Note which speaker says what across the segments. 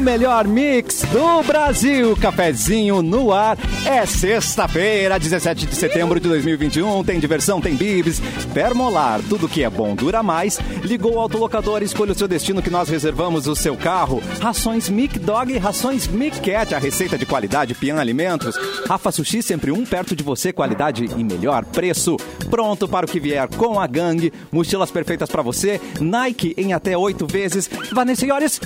Speaker 1: melhor mix do Brasil. Cafezinho no ar. É sexta-feira, 17 de setembro de 2021. Tem diversão, tem bibs. Permolar, tudo que é bom dura mais. Ligou o autolocador, escolha o seu destino que nós reservamos o seu carro. Rações Mic Dog e rações Mic Cat, a receita de qualidade Pian Alimentos. Rafa Sushi, sempre um perto de você, qualidade e melhor preço. Pronto para o que vier com a gangue. Mochilas perfeitas para você. Nike em até oito vezes. Vanessa Iores,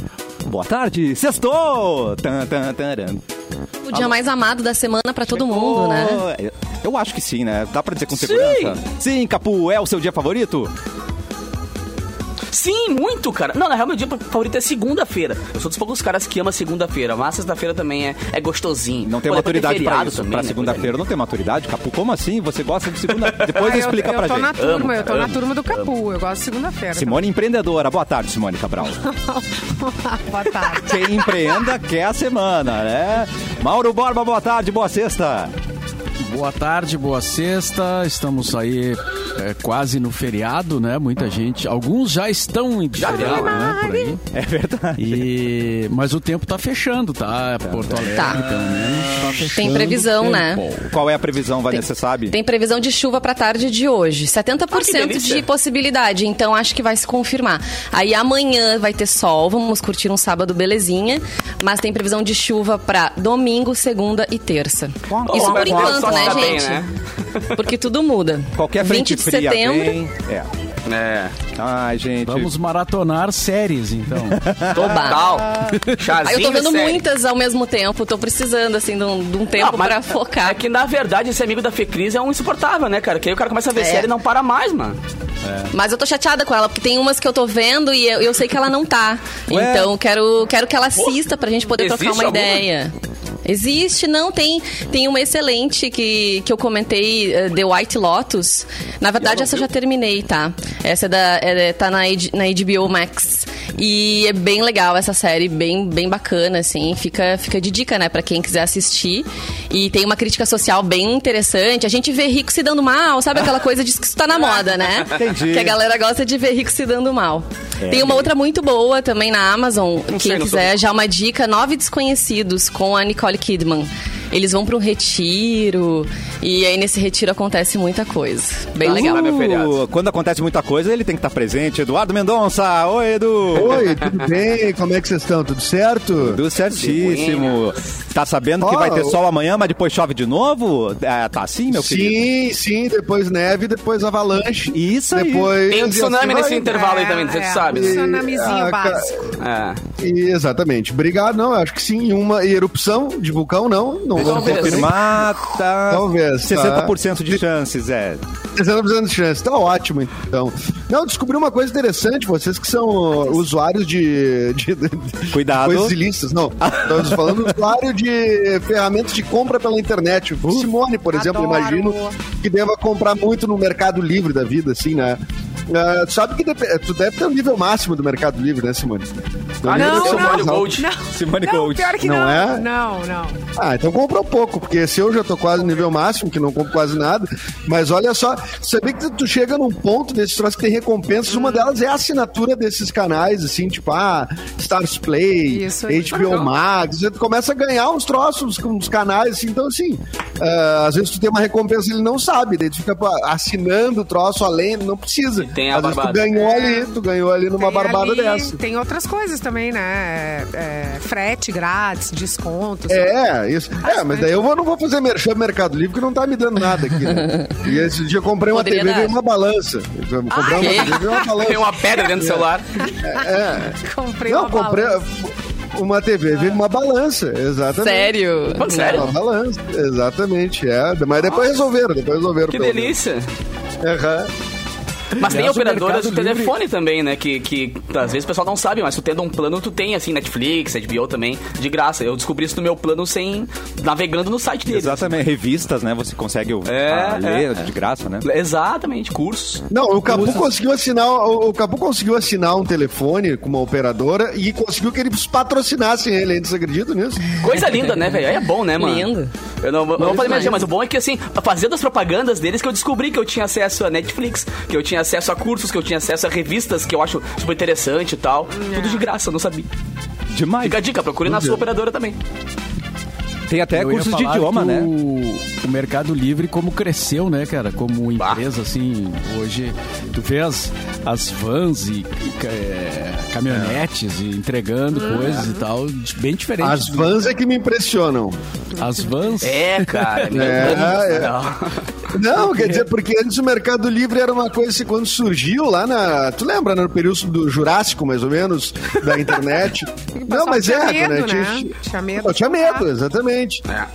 Speaker 1: boa tarde. Sextou! Tan, tan, taran.
Speaker 2: O dia mais amado da semana pra todo mundo, né?
Speaker 1: Eu- é, Eu acho que sim, né? Dá pra dizer com segurança? Sim, Capu, é o seu dia favorito?
Speaker 3: Sim, muito, cara. Não, na real, meu dia favorito é segunda-feira. Eu sou dos poucos caras que ama segunda-feira, mas sexta-feira também é, é gostosinho.
Speaker 1: Não tem
Speaker 3: Pô, depois
Speaker 1: maturidade pra
Speaker 3: feriado
Speaker 1: isso.
Speaker 3: também,
Speaker 1: pra
Speaker 3: né?
Speaker 1: segunda-feira não tem maturidade, Capu? Como assim? Você gosta de segunda... Depois
Speaker 4: Ah, eu-
Speaker 1: explica
Speaker 4: eu,
Speaker 1: pra
Speaker 4: tô
Speaker 1: gente.
Speaker 4: na turma,
Speaker 3: Amo,
Speaker 4: eu tô na
Speaker 3: amo,
Speaker 4: turma do Capu. Eu gosto de segunda-feira. tá
Speaker 1: Simone empreendedora. Boa tarde, Simone Cabral.
Speaker 4: Boa tarde.
Speaker 1: Quem empreenda quer a semana, né? Mauro Borba, boa tarde, boa sexta.
Speaker 5: Boa tarde, boa sexta. Estamos aí é, quase no feriado, né? Muita gente. Alguns já estão em feriado, né? Por aí.
Speaker 1: É verdade.
Speaker 5: E, mas o tempo tá fechando, tá? Porto Alegre,
Speaker 2: Tá.
Speaker 5: pelo menos, tá fechando.
Speaker 2: Tem previsão, né?
Speaker 5: Tempo.
Speaker 1: Qual é a previsão, Vanessa, sabe?
Speaker 2: Tem previsão de chuva pra tarde de hoje. 70%
Speaker 3: Ah, que delícia.
Speaker 2: de possibilidade, então acho que vai se confirmar. Aí amanhã vai ter sol, vamos curtir um sábado belezinha, mas tem previsão de chuva pra domingo, segunda e terça.
Speaker 3: Pô, mas
Speaker 2: Isso por
Speaker 3: o pessoal
Speaker 2: enquanto,
Speaker 3: só
Speaker 2: né,
Speaker 3: tá bem,
Speaker 2: gente? Porque tudo muda.
Speaker 1: Qualquer frente
Speaker 2: 20 de
Speaker 1: fria
Speaker 2: setembro.
Speaker 1: vem. É.
Speaker 3: né?
Speaker 1: Ai, gente.
Speaker 5: Vamos maratonar séries, então.
Speaker 3: É. Total. Chazinho
Speaker 2: Aí eu tô vendo
Speaker 3: sério.
Speaker 2: muitas ao mesmo tempo, tô precisando, assim, de um, de um
Speaker 3: Ah,
Speaker 2: tempo
Speaker 3: mas
Speaker 2: pra focar.
Speaker 3: É que, na verdade, esse amigo da Fecris é um insuportável, né, cara? Que aí o cara começa a ver
Speaker 2: É.
Speaker 3: série e não para mais, mano.
Speaker 2: Mas eu tô chateada com ela, porque tem umas que eu tô vendo e eu, eu sei que ela não tá.
Speaker 1: Ué?
Speaker 2: Então, quero, quero que ela assista pra gente poder trocar
Speaker 3: existe
Speaker 2: uma
Speaker 3: alguma?
Speaker 2: ideia. Existe, não, tem, tem uma excelente que, que eu comentei, eh, The White Lotus. Na verdade, essa eu já terminei, tá? Essa é da, é, tá na, H- na HBO Max. E é bem legal essa série, bem, bem bacana, assim. Fica, fica de dica, né, pra quem quiser assistir. E tem uma crítica social bem interessante. A gente vê rico se dando mal, sabe? Aquela coisa de que isso tá na moda, né?
Speaker 1: Entendi.
Speaker 2: Que a galera gosta de ver rico se dando mal.
Speaker 3: É,
Speaker 2: Tem
Speaker 3: né?
Speaker 2: uma outra muito boa também na Amazon. Quem
Speaker 3: sei, não sou
Speaker 2: quiser,
Speaker 3: rico.
Speaker 2: já uma dica: Nove Desconhecidos com a Nicole Kidman. Eles vão para um retiro e aí nesse retiro acontece muita coisa. Bem legal.
Speaker 3: Sabe, é feriado.
Speaker 1: Uh, quando acontece muita coisa, ele tem que estar presente. Eduardo Mendonça. Oi, Edu.
Speaker 6: Oi, tudo bem? Como é que vocês estão? Tudo certo?
Speaker 1: Tudo certíssimo. Tá sabendo que
Speaker 6: Ó,
Speaker 1: vai ter
Speaker 6: o-
Speaker 1: sol amanhã, mas depois chove de novo? É, tá assim, meu querido?
Speaker 6: sim, sim, depois neve, depois avalanche.
Speaker 1: Isso aí.
Speaker 6: depois
Speaker 3: Tem um tsunami
Speaker 6: e assim
Speaker 3: nesse
Speaker 6: vai.
Speaker 3: intervalo aí também, você
Speaker 2: É.
Speaker 3: sabe, né?
Speaker 6: E-
Speaker 4: Tsunamizinho
Speaker 6: ah, cara,
Speaker 4: básico.
Speaker 3: É.
Speaker 6: e- Exatamente. Obrigado, não, eu acho que sim. Uma e erupção de vulcão, não. Não vamos
Speaker 3: Talvez.
Speaker 6: ter
Speaker 1: Confirmar, tá?
Speaker 6: Talvez, tá.
Speaker 1: 60% de chances, é.
Speaker 6: 60% de chance. Tá ótimo, então. Não, descobri uma coisa interessante, vocês que são uh, usuários de... de- de-
Speaker 1: Cuidado.
Speaker 6: Coisas ilícitas, não. Estamos falando usuário de ferramentas de compra pela internet. Simone, por exemplo,
Speaker 4: Adoro.
Speaker 6: imagino que deva comprar muito no Mercado Livre da vida, assim, né? Ah, tu sabe que dep- tu deve ter o nível máximo do Mercado Livre, né, Simone? Teu
Speaker 3: Ah,
Speaker 6: nível
Speaker 4: não,
Speaker 6: deve ser o
Speaker 4: não,
Speaker 6: mais
Speaker 3: Olha o
Speaker 6: alto.
Speaker 3: Gold.
Speaker 4: Não,
Speaker 1: Simone
Speaker 4: não,
Speaker 1: Gold.
Speaker 4: pior que
Speaker 6: Não
Speaker 4: não.
Speaker 6: é?
Speaker 4: Não, não.
Speaker 6: Ah, então compra um pouco, porque se eu já tô quase no nível máximo, que não compro quase nada, mas olha só, sabia que tu chega num ponto desses troços que tem recompensas, uma delas é a assinatura desses canais, assim, tipo, ah, Stars Play,
Speaker 4: Isso aí.
Speaker 6: HBO Max, você começa a ganhar uns troços com os canais, assim, então assim, ah, às vezes tu tem uma recompensa e ele não sabe, daí tu fica pô, assinando o troço além, não precisa.
Speaker 3: tem a
Speaker 6: às vezes tu
Speaker 3: barbada.
Speaker 6: ganhou ali, tu ganhou ali numa
Speaker 4: Tem
Speaker 6: barbada
Speaker 4: ali-
Speaker 6: dessa.
Speaker 4: Tem outras coisas também, né? É, é, frete grátis, descontos.
Speaker 6: É, isso. É, mas daí eu vou- não vou fazer merchan no Mercado Livre, que não tá me dando nada aqui. Né? E esse dia eu comprei uma
Speaker 2: Poderia
Speaker 6: TV e
Speaker 2: dar.
Speaker 6: veio uma balança. Eu Comprei uma
Speaker 2: que?
Speaker 6: TV e veio uma
Speaker 3: Tem
Speaker 6: balança.
Speaker 3: uma pedra dentro do celular.
Speaker 4: Comprei
Speaker 6: Não,
Speaker 4: uma
Speaker 6: comprei
Speaker 4: balança.
Speaker 6: uma TV, veio uma balança, exatamente. É,
Speaker 2: Sério?
Speaker 3: Pô, sério?
Speaker 6: Uma balança, exatamente, é. Mas depois resolveram, depois resolveram.
Speaker 3: Que
Speaker 6: pelo
Speaker 3: delícia.
Speaker 6: menos. Aham.
Speaker 3: Mas tem
Speaker 5: Aliás, o
Speaker 3: operadoras de
Speaker 5: Mercado Livre-
Speaker 3: telefone também, né? Que, que às vezes o pessoal não sabe, mas tu tendo um plano, tu tem, assim, Netflix, HBO também, de graça. Eu descobri isso no meu plano sem. navegando no site deles.
Speaker 1: Exatamente. Revistas, né? Você consegue
Speaker 3: É,
Speaker 1: ah, ler
Speaker 3: é,
Speaker 1: de graça, né?
Speaker 3: Exatamente, cursos.
Speaker 6: Não, o Capu conseguiu assinar, o, o Capu conseguiu assinar um telefone com uma operadora e conseguiu que eles patrocinassem ele ainda, você acredita nisso?
Speaker 3: Coisa linda, né, velho? Aí É bom, né, mano?
Speaker 2: Lindo.
Speaker 3: Eu não, eu não vou fazer mais, mas
Speaker 2: demais.
Speaker 3: o bom é que, assim, fazendo as propagandas deles, que eu descobri que eu tinha acesso a Netflix, que eu tinha acesso a cursos, que eu tinha acesso a revistas que eu acho super interessante e tal. Tudo de graça, eu não sabia.
Speaker 1: Demais.
Speaker 3: Fica a dica, procure na sua operadora também.
Speaker 1: Tem até
Speaker 5: Eu ia
Speaker 1: cursos É de
Speaker 5: falar
Speaker 1: idioma,
Speaker 5: que
Speaker 1: né?
Speaker 5: O, o Mercado Livre, como cresceu, né, cara? Como
Speaker 3: Bah.
Speaker 5: empresa, assim, hoje tu vê as, as vans e, e ca- é, caminhonetes e entregando coisas e tal, de- bem diferente.
Speaker 6: As vans é que me impressionam.
Speaker 5: As vans.
Speaker 3: É, cara.
Speaker 6: É, é.
Speaker 3: Não.
Speaker 6: Não, quer dizer, porque antes o Mercado Livre era uma coisa assim, quando surgiu lá na. Tu lembra, né, no período do Jurássico, mais ou menos, da internet? Não,
Speaker 4: pessoal
Speaker 6: mas
Speaker 4: tinha
Speaker 6: é,
Speaker 4: medo,
Speaker 6: né?
Speaker 4: né? Tinha medo.
Speaker 6: Pô, tinha medo, exatamente.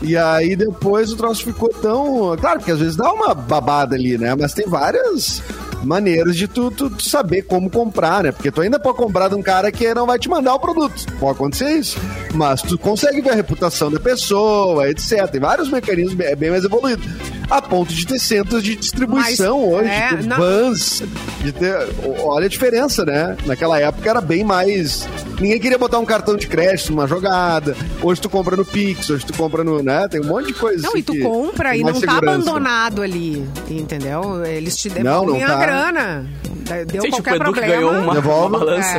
Speaker 6: E aí depois o troço ficou tão. Claro, porque às vezes dá uma babada ali, né? Mas tem várias maneiras de tu, tu- tu saber como comprar, né? Porque tu ainda pode comprar de um cara que não vai te mandar o produto. Pode acontecer isso. Mas tu consegue ver a reputação da pessoa, etc. Tem vários mecanismos bem, bem mais evoluídos. A ponto de ter centros de distribuição
Speaker 4: Mas,
Speaker 6: hoje,
Speaker 4: é,
Speaker 6: de ter
Speaker 4: não-
Speaker 6: vans, de ter... o- Olha a diferença, né? Naquela época era bem mais... Ninguém queria botar um cartão de crédito numa jogada. Hoje tu compra no Pix, hoje tu compra no... Né? Tem um monte de coisa
Speaker 4: Não,
Speaker 6: assim
Speaker 4: e tu
Speaker 6: que-
Speaker 4: compra e
Speaker 6: tem
Speaker 4: não
Speaker 6: mais
Speaker 4: tá
Speaker 6: segurança.
Speaker 4: abandonado ali, entendeu? Eles te
Speaker 6: Não,
Speaker 4: devolvem
Speaker 6: não tá.
Speaker 4: a grana. Da- Deu
Speaker 3: Sei, tipo,
Speaker 4: qualquer
Speaker 3: o Edu que
Speaker 4: problema.
Speaker 3: ganhou uma, uma
Speaker 6: Devolve.
Speaker 3: balança.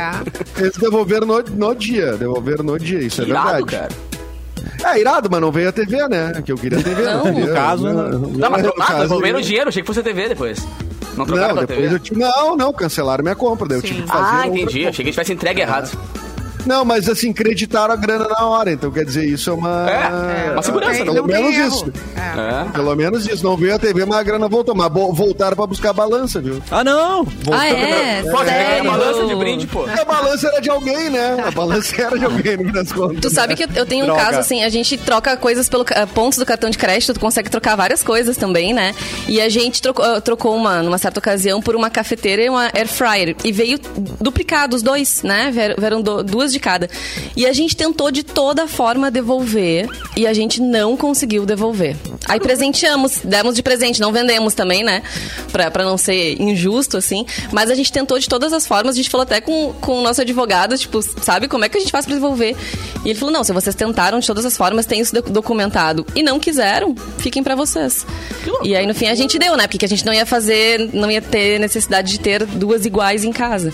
Speaker 4: É.
Speaker 6: Eles devolveram no, no dia, devolveram no dia, isso é
Speaker 3: Irado,
Speaker 6: verdade.
Speaker 3: cara.
Speaker 6: É, irado, mas não veio a TV, né? Que eu queria a TV.
Speaker 2: Não.
Speaker 6: veio.
Speaker 1: No caso, não.
Speaker 3: Não, mas
Speaker 6: No
Speaker 3: trocaram,
Speaker 6: caso,
Speaker 3: devolveram o
Speaker 6: eu-
Speaker 3: dinheiro, achei que fosse a TV depois. Não trocaram
Speaker 6: Não,
Speaker 3: pra
Speaker 6: depois
Speaker 3: TV?
Speaker 6: eu tive... Não, não, cancelaram minha compra, daí eu
Speaker 4: Sim.
Speaker 6: tive que fazer
Speaker 3: Ah,
Speaker 6: outra É.
Speaker 3: entendi. Achei que tivesse entregue errado.
Speaker 6: Não, mas assim, creditaram a grana na hora, então quer dizer, isso é uma.
Speaker 3: É, é, uma segurança,
Speaker 4: Tem-
Speaker 3: né?
Speaker 6: Pelo
Speaker 4: não tem
Speaker 6: menos
Speaker 4: erro.
Speaker 6: isso.
Speaker 4: É.
Speaker 3: É.
Speaker 6: Pelo menos isso. Não veio a TV, mas a grana voltou. Mas bo- voltaram pra buscar a balança, viu?
Speaker 1: Ah, não!
Speaker 2: Ah, é?
Speaker 3: Pode pegar a
Speaker 2: Sério?
Speaker 3: né? balança de brinde, pô.
Speaker 6: A balança era de alguém, né? A balança era de alguém, no fim das contas.
Speaker 2: Tu sabe que eu- eu tenho um
Speaker 6: Droga.
Speaker 2: caso assim, a gente troca coisas pelo ca- pontos do cartão de crédito, tu consegue trocar várias coisas também, né? E a gente trocou, ah, trocou uma, numa certa ocasião, por uma cafeteira e uma air fryer. E veio duplicado os dois, né? Vieram, vieram do- duas de cada. E a gente tentou de toda forma devolver e a gente não conseguiu devolver. Aí presenteamos, demos de presente, não vendemos também, né? Pra, pra não ser injusto, assim. Mas a gente tentou de todas as formas, a gente falou até com, com o nosso advogado, tipo, sabe, como é que a gente faz pra devolver? E ele falou, não, se vocês tentaram de todas as formas, tem isso doc- documentado. E não quiseram, fiquem pra vocês. E aí, no fim, a gente deu, né? Porque que a gente não ia fazer, não ia ter necessidade de ter duas iguais em casa.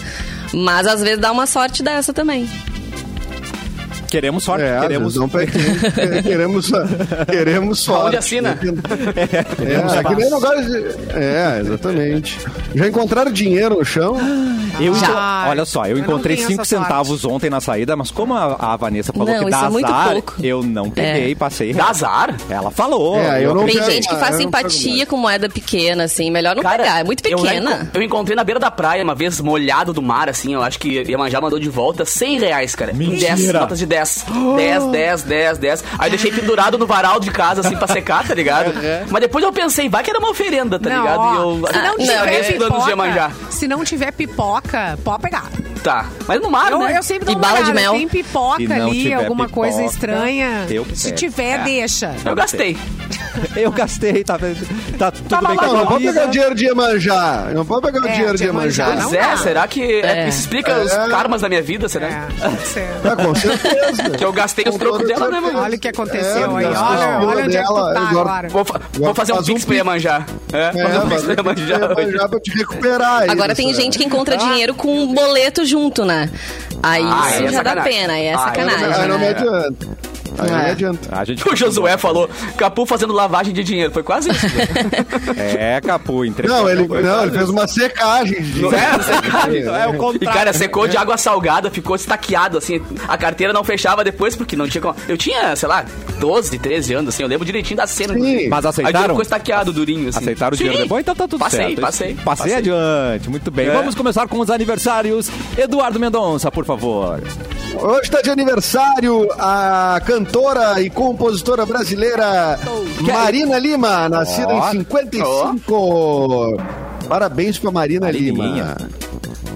Speaker 2: Mas às vezes dá uma sorte dessa também.
Speaker 1: Queremos sorte,
Speaker 6: É,
Speaker 1: queremos.
Speaker 6: queremos... Não, pra- queremos, ah, queremos sorte. né?
Speaker 3: Aonde assina?
Speaker 6: É, é, que nem negócio de- é, exatamente. Já encontraram dinheiro no chão?
Speaker 1: Eu,
Speaker 4: Já.
Speaker 1: enco- Olha só, eu,
Speaker 4: Eu não
Speaker 1: encontrei
Speaker 4: tenho
Speaker 1: 5
Speaker 4: essa sorte.
Speaker 1: centavos ontem na saída, mas como a, a Vanessa falou
Speaker 2: Não,
Speaker 1: que
Speaker 2: isso
Speaker 1: dá
Speaker 2: é muito
Speaker 1: azar,
Speaker 2: pouco.
Speaker 1: eu não peguei, passei.
Speaker 3: Dá azar?
Speaker 1: Ela falou.
Speaker 6: É, eu não-
Speaker 2: Tem
Speaker 6: pego,
Speaker 2: gente que
Speaker 6: ah,
Speaker 2: faz
Speaker 6: eu não pego
Speaker 2: simpatia com moeda pequena, assim. Melhor não pegar, é muito
Speaker 3: eu já
Speaker 2: pequena.
Speaker 3: enco- Eu, encontrei na beira da praia uma vez, molhado do mar, assim, eu acho que Iemanjá mandou de volta 100 reais, cara. Em 10,
Speaker 1: Mentira.
Speaker 3: notas de 10. 10, 10, 10, 10. Aí eu deixei pendurado no varal de casa, assim, pra secar, tá ligado?
Speaker 6: É.
Speaker 3: Mas depois eu pensei, vai que era uma oferenda, tá
Speaker 4: não,
Speaker 3: ligado?
Speaker 4: ó,
Speaker 3: e eu.
Speaker 4: se não
Speaker 2: não,
Speaker 4: tiver
Speaker 2: eu-
Speaker 3: planos de Iemanjá.
Speaker 4: pipoca, se não tiver pipoca, pode pegar.
Speaker 3: Tá. Mas no mar,
Speaker 4: Eu,
Speaker 3: né?
Speaker 4: eu sempre dou
Speaker 2: E
Speaker 4: uma
Speaker 2: bala de
Speaker 4: olhada,
Speaker 2: mel?
Speaker 4: Tem
Speaker 1: Se
Speaker 4: pipoca
Speaker 1: não
Speaker 4: ali,
Speaker 1: tiver
Speaker 4: alguma coisa
Speaker 1: pipoca,
Speaker 4: estranha.
Speaker 1: eu
Speaker 4: Se
Speaker 1: pego.
Speaker 4: tiver, deixa.
Speaker 3: Eu gastei.
Speaker 1: Eu gastei, tá, tá tudo
Speaker 3: Tava
Speaker 1: bem
Speaker 3: lá,
Speaker 1: com
Speaker 6: Não,
Speaker 1: a
Speaker 6: não pode pegar
Speaker 1: Luísa.
Speaker 6: dinheiro de Iemanjá. Não pode pegar
Speaker 4: É,
Speaker 6: dinheiro de
Speaker 4: de Iemanjá,
Speaker 6: Iemanjá.
Speaker 4: não
Speaker 3: Zé,
Speaker 4: dá.
Speaker 3: será que
Speaker 2: É.
Speaker 3: isso explica os
Speaker 6: É.
Speaker 3: karmas da minha vida, será?
Speaker 4: É, pode ser.
Speaker 6: Ah, com certeza.
Speaker 3: Que eu gastei os
Speaker 6: Com
Speaker 3: trocos
Speaker 6: toda
Speaker 3: dela, né,
Speaker 6: certeza.
Speaker 3: mano?
Speaker 4: Olha o que aconteceu
Speaker 6: É,
Speaker 4: aí.
Speaker 6: não,
Speaker 4: Olha,
Speaker 6: não.
Speaker 4: olha onde é que tu
Speaker 6: Dela,
Speaker 4: tá
Speaker 6: Eduardo.
Speaker 4: agora.
Speaker 3: Vou, fa- vou fazer um
Speaker 6: Faz um
Speaker 3: pix pra
Speaker 6: pix.
Speaker 3: Iemanjá. É,
Speaker 6: É,
Speaker 3: fazer um
Speaker 6: mas
Speaker 3: pix pra
Speaker 6: tem que
Speaker 3: Iemanjá hoje.
Speaker 6: Iemanjá pra te recuperar. aí
Speaker 2: Agora
Speaker 6: dessa-
Speaker 2: tem né? gente que encontra dinheiro com um boleto junto, né? Aí
Speaker 3: Ah,
Speaker 2: isso
Speaker 3: é
Speaker 2: já dá
Speaker 3: sacanagem.
Speaker 2: pena, aí é
Speaker 3: Ah,
Speaker 2: sacanagem.
Speaker 3: é
Speaker 6: Aí não me
Speaker 2: né?
Speaker 6: adianta. Aí não me
Speaker 2: É.
Speaker 6: adianta.
Speaker 1: A gente...
Speaker 3: O Josué falou, Capu fazendo lavagem de dinheiro. Foi quase isso.
Speaker 1: É, Capu, entregou.
Speaker 6: Não, ele, não, ele fez uma secagem. de-
Speaker 3: É, secagem.
Speaker 1: É o
Speaker 3: E,
Speaker 1: contrário.
Speaker 3: cara, assim, secou de água salgada, ficou estaqueado, assim. A carteira não fechava depois, porque não tinha como... Eu tinha, sei lá, 12, 13 anos, assim. Eu lembro direitinho da cena.
Speaker 6: Sim.
Speaker 1: Mas
Speaker 3: Aí o dinheiro
Speaker 1: aceitaram?
Speaker 3: ficou estaqueado, durinho, assim.
Speaker 1: Aceitaram o
Speaker 3: Sim.
Speaker 1: dinheiro depois? Então tá tudo
Speaker 3: passei,
Speaker 1: certo.
Speaker 3: Passei,
Speaker 1: Passei
Speaker 3: passei.
Speaker 1: adiante, muito bem.
Speaker 3: É.
Speaker 1: Vamos começar com os aniversários. Eduardo Mendonça, por favor.
Speaker 6: Hoje está de aniversário a cantora e compositora brasileira
Speaker 2: é
Speaker 6: Marina Lima, nascida
Speaker 1: Ó.
Speaker 6: em 55. Parabéns pra Marina
Speaker 1: Marininha.
Speaker 6: Lima.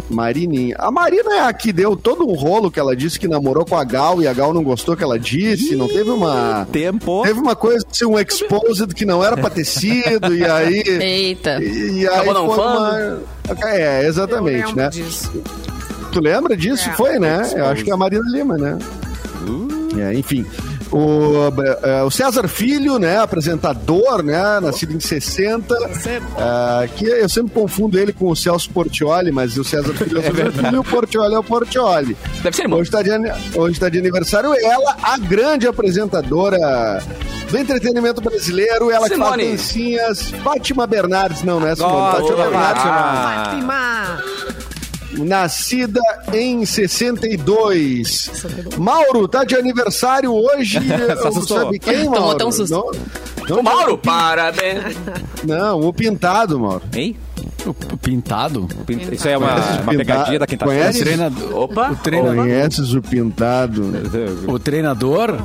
Speaker 6: Marininha. A Marina é a que deu todo um rolo que ela disse que namorou com a Gal e a Gal não gostou que ela disse. Não teve uma.
Speaker 1: Tempo.
Speaker 6: Teve uma coisa de ser um exposed que não era pra ter sido, e aí.
Speaker 4: É.
Speaker 2: Eita.
Speaker 6: E, e aí
Speaker 3: Acabou não
Speaker 6: foi uma...
Speaker 3: falando.
Speaker 6: É,
Speaker 4: Eu
Speaker 6: exatamente,
Speaker 4: lembro
Speaker 6: né?
Speaker 4: disso.
Speaker 6: Tu lembra disso?
Speaker 4: É.
Speaker 3: Uh.
Speaker 6: Foi, né? Eu acho que é a Marina Lima, né? É, enfim. O, eh, o César Filho, né? Apresentador, né? Nascido em 60. eh, que eu sempre confundo ele com o Celso Portioli, mas o César Filho é o César Filho e o Portioli é o Portioli.
Speaker 3: Deve ser irmão.
Speaker 6: Hoje está de, ani- hoje tá de aniversário ela, a grande apresentadora do entretenimento brasileiro, ela que faz
Speaker 3: Simone.
Speaker 6: dancinhas, Fátima Bernardes, não, não é Simone,
Speaker 1: Nossa,
Speaker 6: Fátima Bernardes,
Speaker 3: Ah,
Speaker 6: Ah.
Speaker 1: Fátima.
Speaker 4: Fátima!
Speaker 6: nascida em 62. Mauro, tá de aniversário hoje,
Speaker 1: Se assustou.
Speaker 6: sabe quem, Mauro?
Speaker 2: Tomou tão susto.
Speaker 6: Não, não,
Speaker 3: O Mauro, parabéns.
Speaker 6: Não, o Pintado, Mauro.
Speaker 1: Hein?
Speaker 5: O p- pintado?
Speaker 1: Pinta- Isso aí é uma, uma pegadinha da quinta-feira.
Speaker 6: tá- Conhece?
Speaker 5: Treinador.
Speaker 3: Opa.
Speaker 5: O treinador.
Speaker 6: Conheces o Pintado?
Speaker 5: O treinador?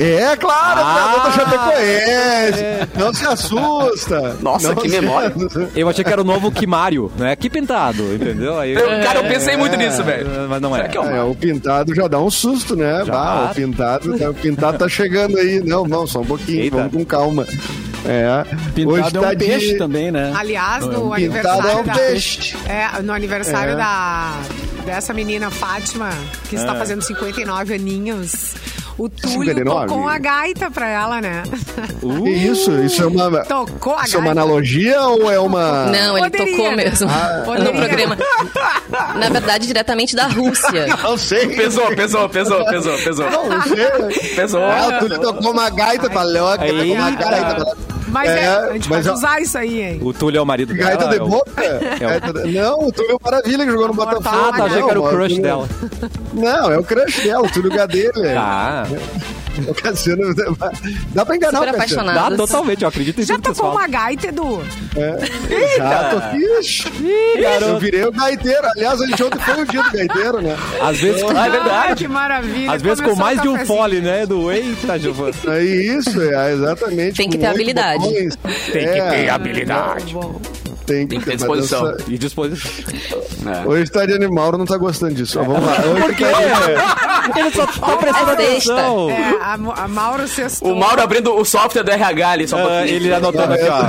Speaker 6: É, claro, ah, da Chapecoense. Não se assusta.
Speaker 3: Nossa,
Speaker 6: Não
Speaker 3: que
Speaker 6: se
Speaker 3: memória.
Speaker 6: assusta.
Speaker 1: Eu achei que era o novo Quimário, né? Que pintado, entendeu? Aí,
Speaker 3: Eu- cara, eu pensei muito nisso, velho.
Speaker 1: Mas não
Speaker 3: Será
Speaker 1: é.
Speaker 3: que é o
Speaker 6: É, o pintado já dá um susto, né? Bah, o pintado, tá- o pintado tá chegando aí. Não, não, só um pouquinho,
Speaker 1: Eita.
Speaker 6: vamos com calma. É.
Speaker 5: Pintado
Speaker 6: Hoje
Speaker 5: é um
Speaker 6: tá de-
Speaker 5: peixe também, né?
Speaker 4: Aliás, no
Speaker 6: Pintado é
Speaker 4: aniversário
Speaker 6: um
Speaker 4: da,
Speaker 6: peixe.
Speaker 4: É, no aniversário
Speaker 6: É.
Speaker 4: da dessa menina Fátima, que está fazendo 59 aninhos, o Túlio
Speaker 6: 59?
Speaker 4: tocou a gaita pra ela, né?
Speaker 6: Que isso? Isso é uma.
Speaker 4: Tocou a
Speaker 6: Isso é uma
Speaker 4: gaita.
Speaker 6: analogia ou é uma.
Speaker 2: Não, ele
Speaker 4: Poderia,
Speaker 2: tocou
Speaker 4: né?
Speaker 2: mesmo
Speaker 4: Poderia.
Speaker 2: no programa. Na verdade, diretamente da Rússia.
Speaker 6: Não sei.
Speaker 3: Pesou, pesou, pesou, pesou, pesou.
Speaker 6: Não, não sei.
Speaker 3: Pesou.
Speaker 6: Ah, tu tocou uma gaita, tá louca, tocou uma
Speaker 1: Eita.
Speaker 6: gaita. tá-
Speaker 4: Mas é, a gente
Speaker 6: mas um
Speaker 4: pode
Speaker 6: a-
Speaker 4: usar isso aí, hein?
Speaker 1: O Túlio é o marido dela.
Speaker 6: Gaita de
Speaker 1: é o-
Speaker 6: boca?
Speaker 1: o-
Speaker 6: Gaita de- Não, o Túlio Maravilha que jogou no
Speaker 4: Mortal
Speaker 6: Botafogo.
Speaker 1: Ah, tá, achei que era o
Speaker 6: Não, assim, né?
Speaker 1: crush
Speaker 6: Túlio-
Speaker 1: dela.
Speaker 6: Não, é o crush dela, o Túlio Gadelha. Ah,
Speaker 1: Tá.
Speaker 6: O Cassiano. Dá pra enganar
Speaker 2: Super
Speaker 6: o Cassiano.
Speaker 2: apaixonado.
Speaker 1: Dá tá, totalmente, eu acredito em
Speaker 4: Já
Speaker 1: tudo que
Speaker 3: tá
Speaker 1: vocês
Speaker 4: tocou uma
Speaker 1: falam.
Speaker 4: gaita, Edu?
Speaker 6: É. Exato, fiz. Eu virei o gaiteiro. Aliás, a gente ontem foi o dia do gaiteiro, né?
Speaker 1: Às vezes,
Speaker 4: Ah,
Speaker 1: é verdade.
Speaker 4: que maravilha.
Speaker 1: Às vezes com
Speaker 4: Começou
Speaker 1: mais
Speaker 4: o
Speaker 1: de um
Speaker 4: cafezinho.
Speaker 1: fole, né? Do eita, Giovana.
Speaker 6: É isso, é exatamente.
Speaker 2: Tem que
Speaker 6: com
Speaker 2: ter
Speaker 6: oito
Speaker 2: habilidade.
Speaker 6: botões.
Speaker 1: Tem que
Speaker 6: É,
Speaker 1: ter habilidade.
Speaker 4: Bom,
Speaker 6: Tem
Speaker 3: Tem que ter
Speaker 6: mas
Speaker 3: disposição.
Speaker 6: essa-
Speaker 1: E depois.
Speaker 6: Hoje está de animal, não tá gostando disso. Ó, vamos lá. Hoje
Speaker 1: Por quê?
Speaker 3: É.
Speaker 1: Ele só tá prestando
Speaker 2: É sexta.
Speaker 1: atenção.
Speaker 4: é, a, Mo- a Mauro sextou.
Speaker 3: O Mauro abrindo o software do RH ali, só um
Speaker 1: Ah,
Speaker 3: pouquinho.
Speaker 1: ele anotando aqui, ó.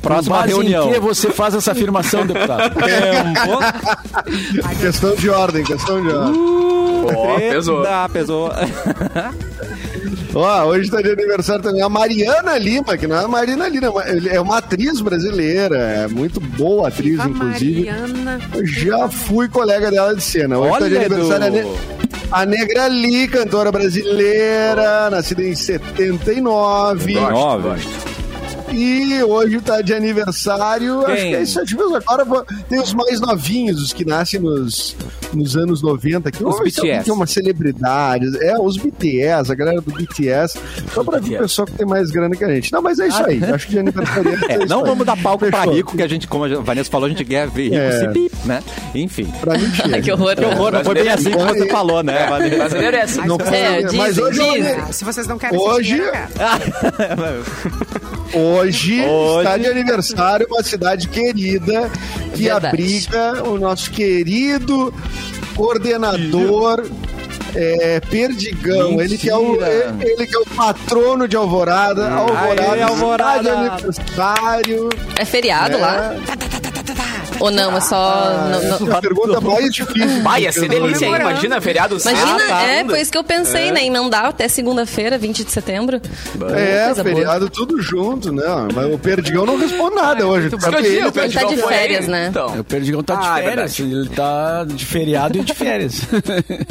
Speaker 1: Próxima
Speaker 5: Base
Speaker 1: reunião.
Speaker 5: Em que você faz essa afirmação, deputado?
Speaker 1: Tempo.
Speaker 6: Questão tá de ordem, questão de ordem.
Speaker 2: Uh.
Speaker 3: Ó, pesou.
Speaker 1: Tá, pesou.
Speaker 6: Ó, hoje está de aniversário também a Mariana Lima, que não é a Marina Lima, é uma atriz brasileira, é muito boa atriz,
Speaker 4: A
Speaker 6: inclusive.
Speaker 4: Mariana.
Speaker 6: Eu Já fui colega dela de cena. Hoje tá de
Speaker 1: Olha,
Speaker 6: aniversário a,
Speaker 1: Edu.
Speaker 6: ne a Negra Li, cantora brasileira, nascida em 79. E hoje tá de aniversário. Acho
Speaker 1: Quem?
Speaker 6: que é isso. aí mesmo. Agora vou- tem os mais novinhos, os que nascem nos, nos anos 90. Que
Speaker 1: Os
Speaker 6: hoje são-
Speaker 1: BTS.
Speaker 6: Que é uma celebridade. É, os BTS, a galera do BTS. Só pra ver o pessoal que tem mais grana que a gente. Não, mas é isso aí. Acho que de aniversário.
Speaker 1: Ah, né? É, não vamos dar palco pra
Speaker 6: Fechou.
Speaker 1: rico, que a gente, como a Vanessa falou, a gente quer ver rico
Speaker 6: É.
Speaker 1: se pip, né? Enfim.
Speaker 6: Pra mim, chega.
Speaker 2: É Que horror.
Speaker 1: Que horror, não foi bem assim que você falou, né, Vanessa?
Speaker 3: Brasileiro é assim.
Speaker 6: Não foi-
Speaker 2: É,
Speaker 6: mas
Speaker 2: dizem,
Speaker 6: hoje,
Speaker 2: dizem.
Speaker 6: é
Speaker 4: Ah, Se vocês não querem né? esse
Speaker 6: Hoje-
Speaker 4: dinheiro, cara.
Speaker 6: Hoje,
Speaker 1: Hoje.
Speaker 6: está de aniversário uma cidade querida que
Speaker 2: Verdade.
Speaker 6: abriga o nosso querido coordenador é, Perdigão. Ele que, é o,
Speaker 1: Mentira.
Speaker 6: ele ele que é o patrono de Alvorada. Alvorada,
Speaker 1: Aê, Alvorada.
Speaker 6: está de aniversário.
Speaker 2: É feriado
Speaker 6: né?
Speaker 2: lá? Ou não, é só. não- não-
Speaker 6: Essa é a pergunta mais difícil.
Speaker 3: Vai, ia ser delícia, hein? Imagina, feriado
Speaker 2: Imagina,
Speaker 3: sábado.
Speaker 2: é, foi isso que eu pensei, né? Emendar até segunda-feira, 20 de setembro.
Speaker 6: É,
Speaker 2: Coisa boa.
Speaker 6: feriado tudo junto, né? Mas o Perdigão não responde nada hoje.
Speaker 3: Isso que eu digo,
Speaker 6: ele
Speaker 3: o Perdigão
Speaker 2: tá de
Speaker 3: foi
Speaker 2: férias,
Speaker 3: ele,
Speaker 2: né?
Speaker 5: O
Speaker 3: Então.
Speaker 5: Perdigão tá de
Speaker 3: Ah, é
Speaker 5: férias. ele tá de feriado e de férias.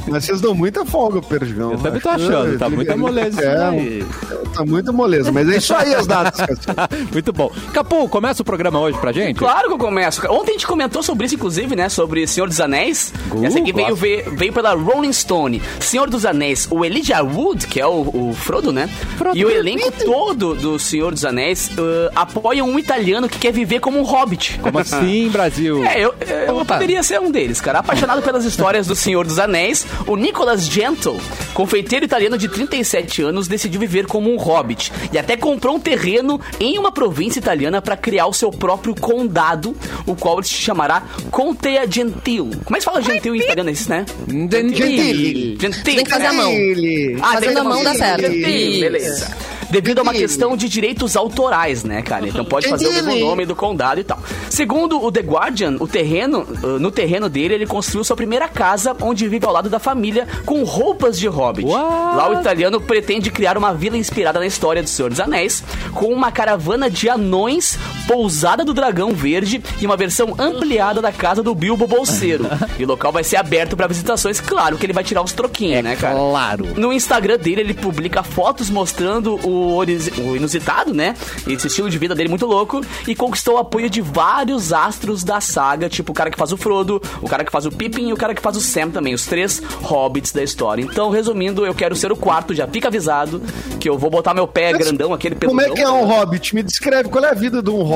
Speaker 6: Mas vocês dão muita folga pro Perdigão.
Speaker 1: Eu também tô
Speaker 6: Acho que-
Speaker 1: achando, tá muita moleza isso
Speaker 6: É, tá muito moleza, mas é isso aí as datas,
Speaker 3: Ah,
Speaker 6: Cassiano.
Speaker 1: Muito bom. Capu, começa o programa hoje pra gente?
Speaker 3: Claro que eu começo. cara. Ontem a gente comentou sobre isso, inclusive, né? Sobre Senhor dos Anéis.
Speaker 1: Uh,
Speaker 3: Essa aqui veio,
Speaker 1: gosto.
Speaker 3: ve- veio pela Rolling Stone. Senhor dos Anéis, o Elijah Wood, que é o, o Frodo, né? e o elenco todo do Senhor dos Anéis uh, apoia um italiano que quer viver como um hobbit.
Speaker 1: Como assim, Brasil?
Speaker 3: É, eu, eu
Speaker 2: Opa.
Speaker 3: poderia ser um deles, cara. Apaixonado pelas histórias do Senhor dos Anéis, o Nicolas Gentle, confeiteiro italiano de 37 anos, decidiu viver como um hobbit e até comprou um terreno em uma província italiana para criar o seu próprio condado, o qual ele se chamará Contea Gentile. Como é que se fala Gentil em italiano? É isso, né?
Speaker 6: Gentile.
Speaker 3: Gentile.
Speaker 2: Tem que fazer a mão.
Speaker 6: Ele.
Speaker 3: Ah,
Speaker 2: Fazendo
Speaker 3: tem que
Speaker 2: a mão dá certo.
Speaker 3: Beleza. devido a uma
Speaker 6: Dele.
Speaker 3: questão de direitos autorais, né, cara? Então pode fazer o mesmo
Speaker 6: Dele.
Speaker 3: nome do condado e tal. Segundo o The Guardian, o terreno, ah, no terreno dele, ele construiu sua primeira casa, onde vive ao lado da família, com roupas de hobbit. Lá o italiano pretende criar uma vila inspirada na história do Senhor dos Anéis, com uma caravana de anões, pousada do dragão verde e uma versão ampliada da casa do Bilbo Bolseiro. e o local vai ser aberto para visitações, claro que ele vai tirar os troquinhos, né, cara?
Speaker 7: Claro.
Speaker 3: No Instagram dele, ele publica fotos mostrando o, oriz- o inusitado, né? Esse estilo de vida dele muito louco. E conquistou o apoio de vários astros da saga, tipo o cara que faz o Frodo, o cara que faz o Pippin e o cara que faz o Sam também. Os três hobbits da história. Então, resumindo, eu quero ser o quarto, já fica avisado que eu vou botar meu pé grandão, aquele
Speaker 6: Como é
Speaker 3: peludão.
Speaker 6: que é um hobbit? Me descreve qual é a vida de um hobbit.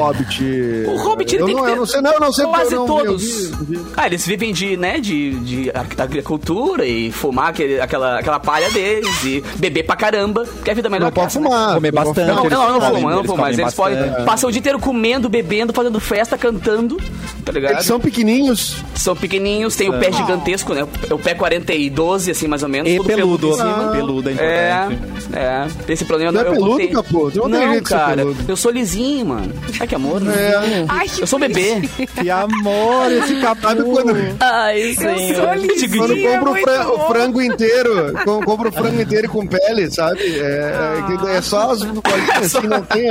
Speaker 3: O Hobbit ele
Speaker 6: eu
Speaker 3: tem
Speaker 6: não,
Speaker 3: que ter
Speaker 6: eu não sei, não, eu não sei porque
Speaker 3: quase
Speaker 6: eu não eu
Speaker 3: todos.
Speaker 6: vi- vi-
Speaker 3: Ah, eles vivem de, né, de, de ag- agricultura e fumar aquele- aquela, aquela palha deles e beber pra caramba, que é a vida melhor.
Speaker 6: Não
Speaker 3: que
Speaker 6: pode
Speaker 3: essa,
Speaker 6: fumar.
Speaker 1: Comer
Speaker 6: não pode
Speaker 1: bastante.
Speaker 6: fumar.
Speaker 3: Não,
Speaker 1: Eles
Speaker 3: não, eu não
Speaker 1: comem,
Speaker 3: fumo, eu não
Speaker 1: eles
Speaker 3: fumo, mas
Speaker 1: comem
Speaker 3: eles podem
Speaker 1: bastante.
Speaker 3: passar o dia inteiro comendo, bebendo, fazendo festa, cantando, tá ligado?
Speaker 6: Eles É são pequenininhos.
Speaker 3: São pequenininhos, tem o pé gigantesco, né? O pé 40 e 12, assim, mais ou menos.
Speaker 1: E
Speaker 3: todo
Speaker 1: peludo.
Speaker 3: em cima.
Speaker 1: Peludo é
Speaker 3: É,
Speaker 1: importante.
Speaker 3: é. Esse problema
Speaker 6: Não é
Speaker 3: eu
Speaker 6: peludo,
Speaker 3: tenho.
Speaker 6: Capô? Tu não tem jeito de ser
Speaker 3: cara.
Speaker 6: peludo.
Speaker 3: Eu sou lisinho, mano. Ai, que amor. né?
Speaker 6: É,
Speaker 4: Ai, que
Speaker 3: Eu sou um bebê.
Speaker 1: Que amor esse
Speaker 6: Sabe
Speaker 1: capuz.
Speaker 6: quando,
Speaker 2: Ai,
Speaker 4: Eu
Speaker 2: senhor.
Speaker 4: sou lisinha,
Speaker 6: quando
Speaker 1: é
Speaker 6: compra o,
Speaker 4: muito
Speaker 6: fran- o
Speaker 4: bom.
Speaker 6: frango inteiro? com- compra o frango inteiro com pele, sabe? É, é
Speaker 1: Ah.
Speaker 6: que- é só as. Assim, não tem,